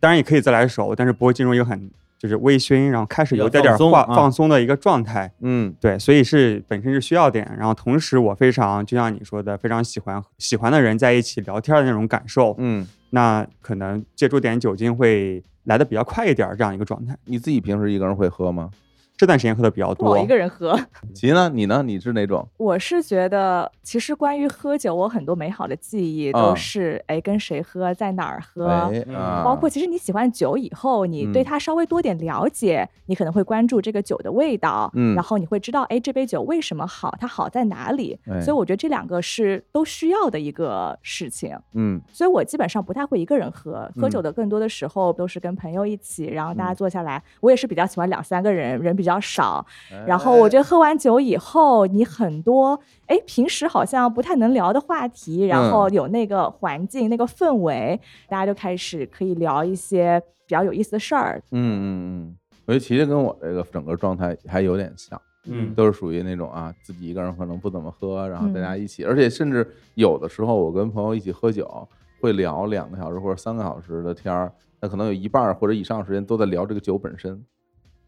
D: 当然也可以自来熟，但是不会进入一个很就是微醺，然后开始
B: 比较
D: 有点点
B: 放松
D: 放
B: 啊
D: 放松的一个状态。
C: 嗯
D: 对，所以是本身是需要点，然后同时我非常就像你说的，非常喜欢喜欢的人在一起聊天的那种感受。
C: 嗯，
D: 那可能借助点酒精会来的比较快一点儿，这样一个状态。
C: 你自己平时一个人会喝吗？
D: 这段时间喝的比较多，
E: 我一个人喝，
C: 琪呢？你呢？你是哪种？
E: 我是觉得，其实关于喝酒，我很多美好的记忆
C: 啊
E: 都是，哎、跟谁喝，在哪儿喝，
C: 哎
B: 嗯
C: 啊，
E: 包括其实你喜欢酒以后，你对
C: 嗯
E: 它稍微多点了解，你可能会关注这个酒的味道，
C: 嗯
E: 然后你会知道，哎，这杯酒为什么好，它好在哪里。
C: 哎
E: 所以我觉得这两个是都需要的一个事情。
C: 嗯
E: 所以我基本上不太会一个人喝，喝
C: 嗯
E: 酒的更多的时候都是跟朋友一起，然后大家
C: 嗯
E: 坐下来。我也是比较喜欢两三个人，人比较少，然
C: 哎
E: 后我觉得喝完酒以后，你很多哎平时好像不太能聊的话题，然
C: 嗯
E: 后有那个环境、那个氛围，大家就开始可以聊一些比较有意思的事儿。
C: 嗯嗯嗯，我觉得琪琪跟我这个整个状态还有点像，
B: 嗯
C: 都是属于那种啊，自己一个人可能不怎么喝，然后大
E: 嗯
C: 家一起，而且甚至有的时候我跟朋友一起喝酒，会聊两个小时或者三个小时的天儿，那可能有一半儿或者以上时间都在聊这个酒本身，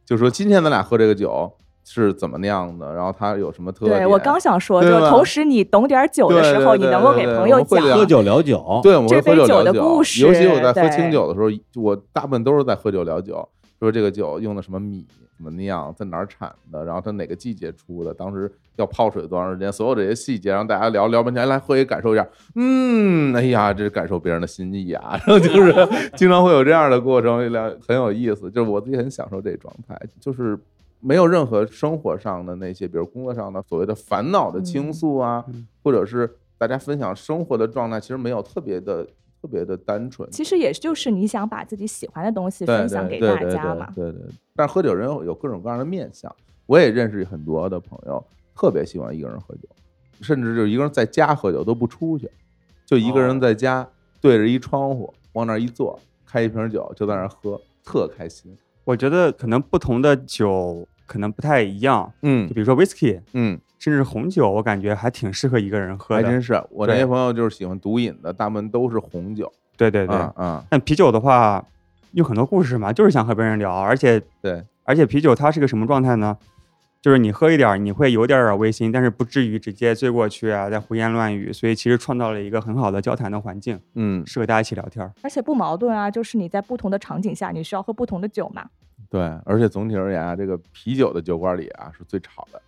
C: 就说今天咱俩喝这个酒是怎么酿的，然后它有什么特
E: 对
C: 点。
E: 我刚想说，
C: 对
E: 就
C: 吧
E: 同时你懂点儿酒的
C: 对
E: 时
C: 对
E: 候，
C: 对
E: 你能够
C: 对
E: 给
C: 对
E: 朋
C: 我
E: 友
C: 们会
E: 讲，
C: 聊
B: 喝酒聊酒，
C: 对，我们
E: 这
C: 会喝
E: 杯
C: 酒
E: 酒
C: 聊
E: 的
C: 酒，
E: 故
C: 尤其
E: 事
C: 我在喝
E: 对
C: 清酒的时候，我大部分都是在喝酒聊酒，说这个酒用的什么米、怎么酿、在哪儿产的，然后它哪个季节出的，当时要泡水多长时间，所有这些细节，让大家聊聊半天，来喝一感受一下。嗯，哎呀，这是感受别人的心意啊， 然后就是 经常会有这样的过程，聊很有意思，就是我自己很享受这状态，就是。没有任何生活上的那些，比如工作上的所谓的烦恼的倾
E: 嗯
C: 诉啊，
D: 嗯
C: 或者是大家分享生活的状态，其实没有特别的特别的单纯。
E: 其实也就是你想把自己喜欢的东西
C: 对
E: 分享给
C: 对
E: 大
C: 对
E: 家
C: 对
E: 嘛。
C: 对对对。但是喝酒人有有各种各样的面相，我也认识很多的朋友，特别喜欢一个人喝酒，甚至就是一个人在家喝酒都不出去，就一个人
E: 哦
C: 在家对着一窗户往那儿一坐，开一瓶酒就在那儿喝，特开心。
D: 我觉得可能不同的酒可能不太一样，
C: 嗯
D: 就比如说 whisky，
C: 嗯
D: 甚至红酒，我感觉还挺适合一个人喝
C: 还
D: 的。
C: 真是。我那
D: 对
C: 些朋友就是喜欢毒饮的，大部分都是红酒。
D: 对对对。
C: 啊啊，
D: 但啤酒的话，有很多故事嘛，就是想和别人聊，而且
C: 对，
D: 而且啤酒它是个什么状态呢？就是你喝一点儿，你会有点儿微醺，但是不至于直接醉过去啊，在胡言乱语。所以其实创造了一个很好的交谈的环境，
C: 嗯，
D: 适合大家一起聊天儿。
E: 而且不矛盾啊，就是你在不同的场景下，你需要喝不同的酒嘛。
C: 对，而且总体而言啊，这个啤酒的酒馆里啊是最吵的，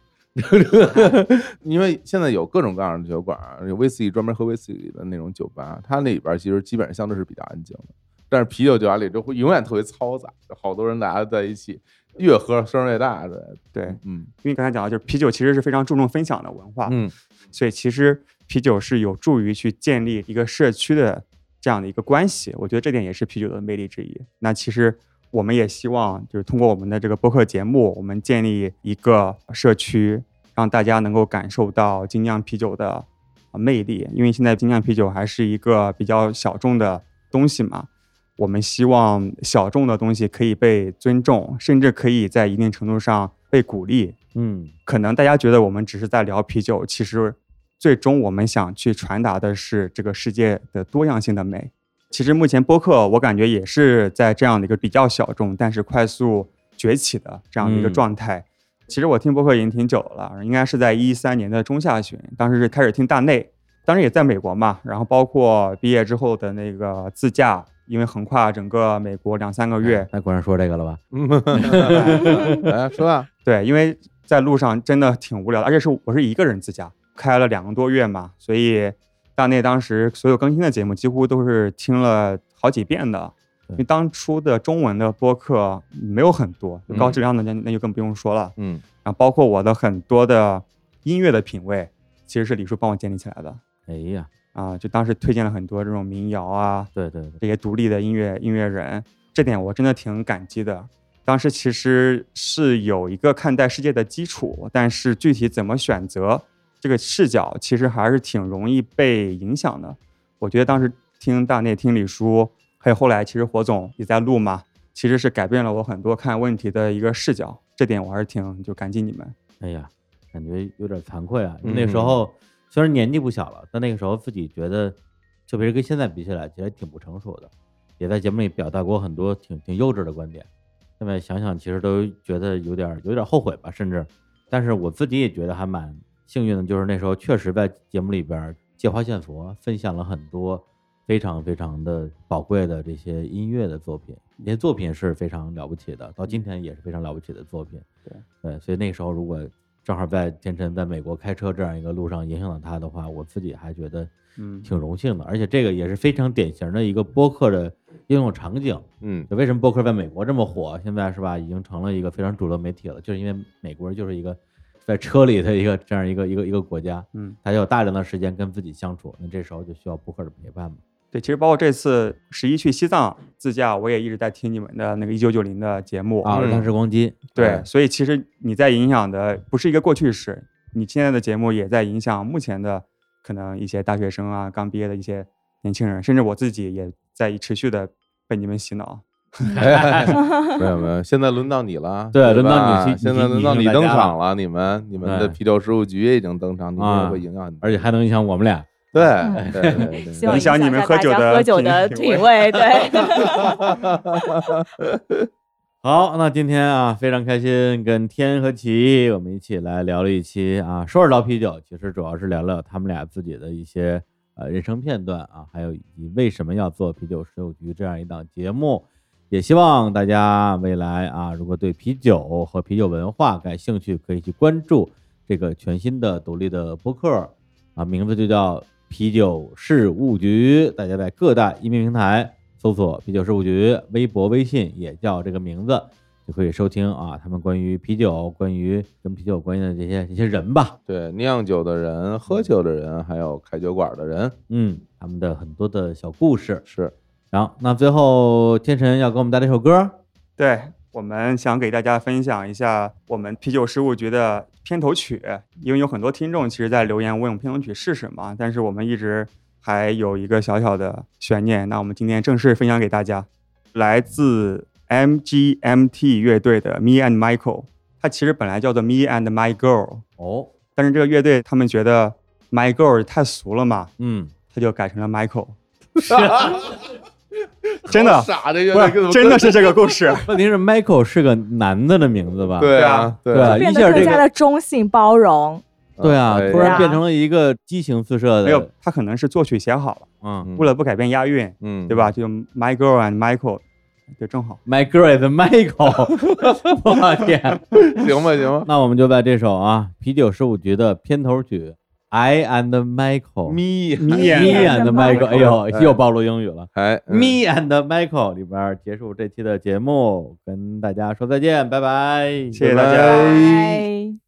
C: 因为现在有各种各样的酒馆啊，有威士忌专门喝威士忌的那种酒吧，它那里边其实基本上相对是比较安静的，但是啤酒酒吧里就会永远特别嘈杂，好多人大家在一起，越喝声儿越大的。
D: 对，
C: 嗯
D: 因为刚才讲到，就是啤酒其实是非常注重分享的文化，
C: 嗯，
D: 所以其实啤酒是有助于去建立一个社区的这样的一个关系。我觉得这点也是啤酒的魅力之一。那其实我们也希望，就是通过我们的这个播客节目，我们建立一个社区，让大家能够感受到精酿啤酒的呃魅力。因为现在精酿啤酒还是一个比较小众的东西嘛。我们希望小众的东西可以被尊重，甚至可以在一定程度上被鼓励，
B: 嗯，
D: 可能大家觉得我们只是在聊啤酒，其实最终我们想去传达的是这个世界的多样性的美。其实目前播客，我感觉也是在这样的一个比较小众，但是快速崛起的这样的一个
B: 嗯
D: 状态。其实我听播客已经挺久了，应该是在一三年的中下旬，当时是开始听大内，当时也在美国嘛，然后包括毕业之后的那个自驾，因为横跨整个美国两三个月，
B: 哎那果然说这个了吧？
C: 嗯，来说吧，
D: 对，因为在路上真的挺无聊的，而且是我是一个人自驾，开了两个多月嘛，所以大内当时所有更新的节目几乎都是听了好几遍的。
B: 对
D: 因为当初的中文的播客没有很多，
C: 嗯
D: 高质量的那那就更不用说了。
C: 嗯，
D: 然后包括我的很多的音乐的品味，其实是李叔帮我建立起来的
B: 哎呀，
D: 啊，就当时推荐了很多这种民谣啊，
B: 对对对，
D: 这些独立的音乐音乐人，这点我真的挺感激的。当时其实是有一个看待世界的基础，但是具体怎么选择这个视角，其实还是挺容易被影响的。我觉得当时听大内、听李叔，还有后来其实火总也在录嘛，其实是改变了我很多看问题的一个视角。这点我还是挺就感激你们。
B: 哎呀，感觉有点惭愧啊。
C: 嗯
B: 那时候虽然年纪不小了，但那个时候自己觉得，特别是跟现在比起来，其实还挺不成熟的，也在节目里表达过很多挺挺幼稚的观点。现在想想，其实都觉得有点有点后悔吧，甚至，但是我自己也觉得还蛮幸运的，就是那时候确实在节目里边借花献佛，分享了很多非常非常的宝贵的这些音乐的作品，
D: 嗯
B: 那些作品是非常了不起的，到今天也是非常了不起的作品。
D: 对
B: 对，所以那时候如果正好在天辰在美国开车这样一个路上影响到他的话，我自己还觉得
D: 嗯
B: 挺荣幸的，而且这个也是非常典型的一个播客的应用场景。
C: 嗯
B: 就为什么播客在美国这么火？现在是吧，已经成了一个非常主流媒体了，就是因为美国人就是一个在车里的一个这样一个一个一个国家，
D: 嗯，
B: 他有大量的时间跟自己相处，那这时候就需要播客的陪伴嘛。
D: 对，其实包括这次十一去西藏自驾，我也一直在听你们的那个一九九零的节目
B: 啊，
C: 嗯
B: 日常时光机，
D: 对
C: 对，
D: 所以其实你在影响的不是一个过去式，你现在的节目也在影响目前的可能一些大学生啊，刚毕业的一些年轻人，甚至我自己也在持续的被你们洗脑。
C: 哎没有没有，现在轮到你了，
B: 对
C: 吧
B: 轮到你去
C: 现在
B: 你
C: 轮到
B: 你
C: 你
B: 大家
C: 登场
B: 了
C: 了，你们你们的
B: 对
C: 啤酒事务局也已经登场，你们也
B: 啊
C: 会影响很多，
B: 而且还能影响我们俩。
C: 对对对对对，
E: 嗯希望
D: 影响
E: 一下
D: 你们
E: 大
D: 喝
E: 家
D: 酒的
E: 喝酒
D: 品
E: 的
D: 品
E: 品味， 对。
C: 哎
B: 好，那今天啊，非常开心跟天和奇我们一起来聊了一期啊，说是聊啤酒，其实主要是聊聊他们俩自己的一些呃人生片段啊，还有以及为什么要做啤酒十六局这样一档节目。也希望大家未来啊，如果对啤酒和啤酒文化感兴趣，可以去关注这个全新的独立的播客啊，名字就叫啤酒事务局。大家在各大音频平台搜索“啤酒事务局”，微博、微信也叫这个名字，就可以收听啊，他们关于啤酒、关于跟啤酒有关系的这些这些人吧，
C: 对，酿酒的人、喝酒的人，还有开酒馆的人，
B: 嗯，他们的很多的小故事。
C: 是
B: 然后，那最后天辰要给我们带来一首歌，
D: 对我们想给大家分享一下我们啤酒事务局的片头曲，因为有很多听众其实在留言问我们片头曲是什么，但是我们一直还有一个小小的悬念。那我们今天正式分享给大家，来自 MGMT 乐队的《Me and Michael》，它其实本来叫做《Me and My Girl》，
B: 哦，
D: 但是这个乐队他们觉得 My Girl 太俗了嘛，
G: 嗯，
D: 他就改成了 Michael。真的
C: 好傻这乐
D: 不
C: 队跟
D: 是，真的是这个故事。
B: 问题是 Michael 是个男的的名字吧？
C: 对啊，对
B: 对
C: 啊
B: 啊
E: 变
B: 一
E: 得
B: 下
E: 更
B: 这
E: 加
B: 个
E: 的中性包容。
B: 对啊，
C: 哎
B: 突
E: 对
B: 然
E: 啊
B: 变成了一个激情四射
D: 没有
B: 的，，
D: 他可能是作曲写好了，
B: 嗯
D: 为了不改变押韵，
C: 嗯，
D: 对吧？？就 My Girl and Michael，就正好。
B: ，My Girl is Michael，我 天！
C: 行吧，行吧。
B: 那我们就在这首啊《啤酒十五局》的片头曲《I and Michael》
C: 咪，
B: Me
D: Me and
B: and Michael，哎呦，又暴露英语了。
C: 哎，嗯
B: Me and Michael 里边结束这期的节目，跟大家说再见，拜拜，
D: 谢谢大
C: 拜
D: 家
C: 拜
E: 拜。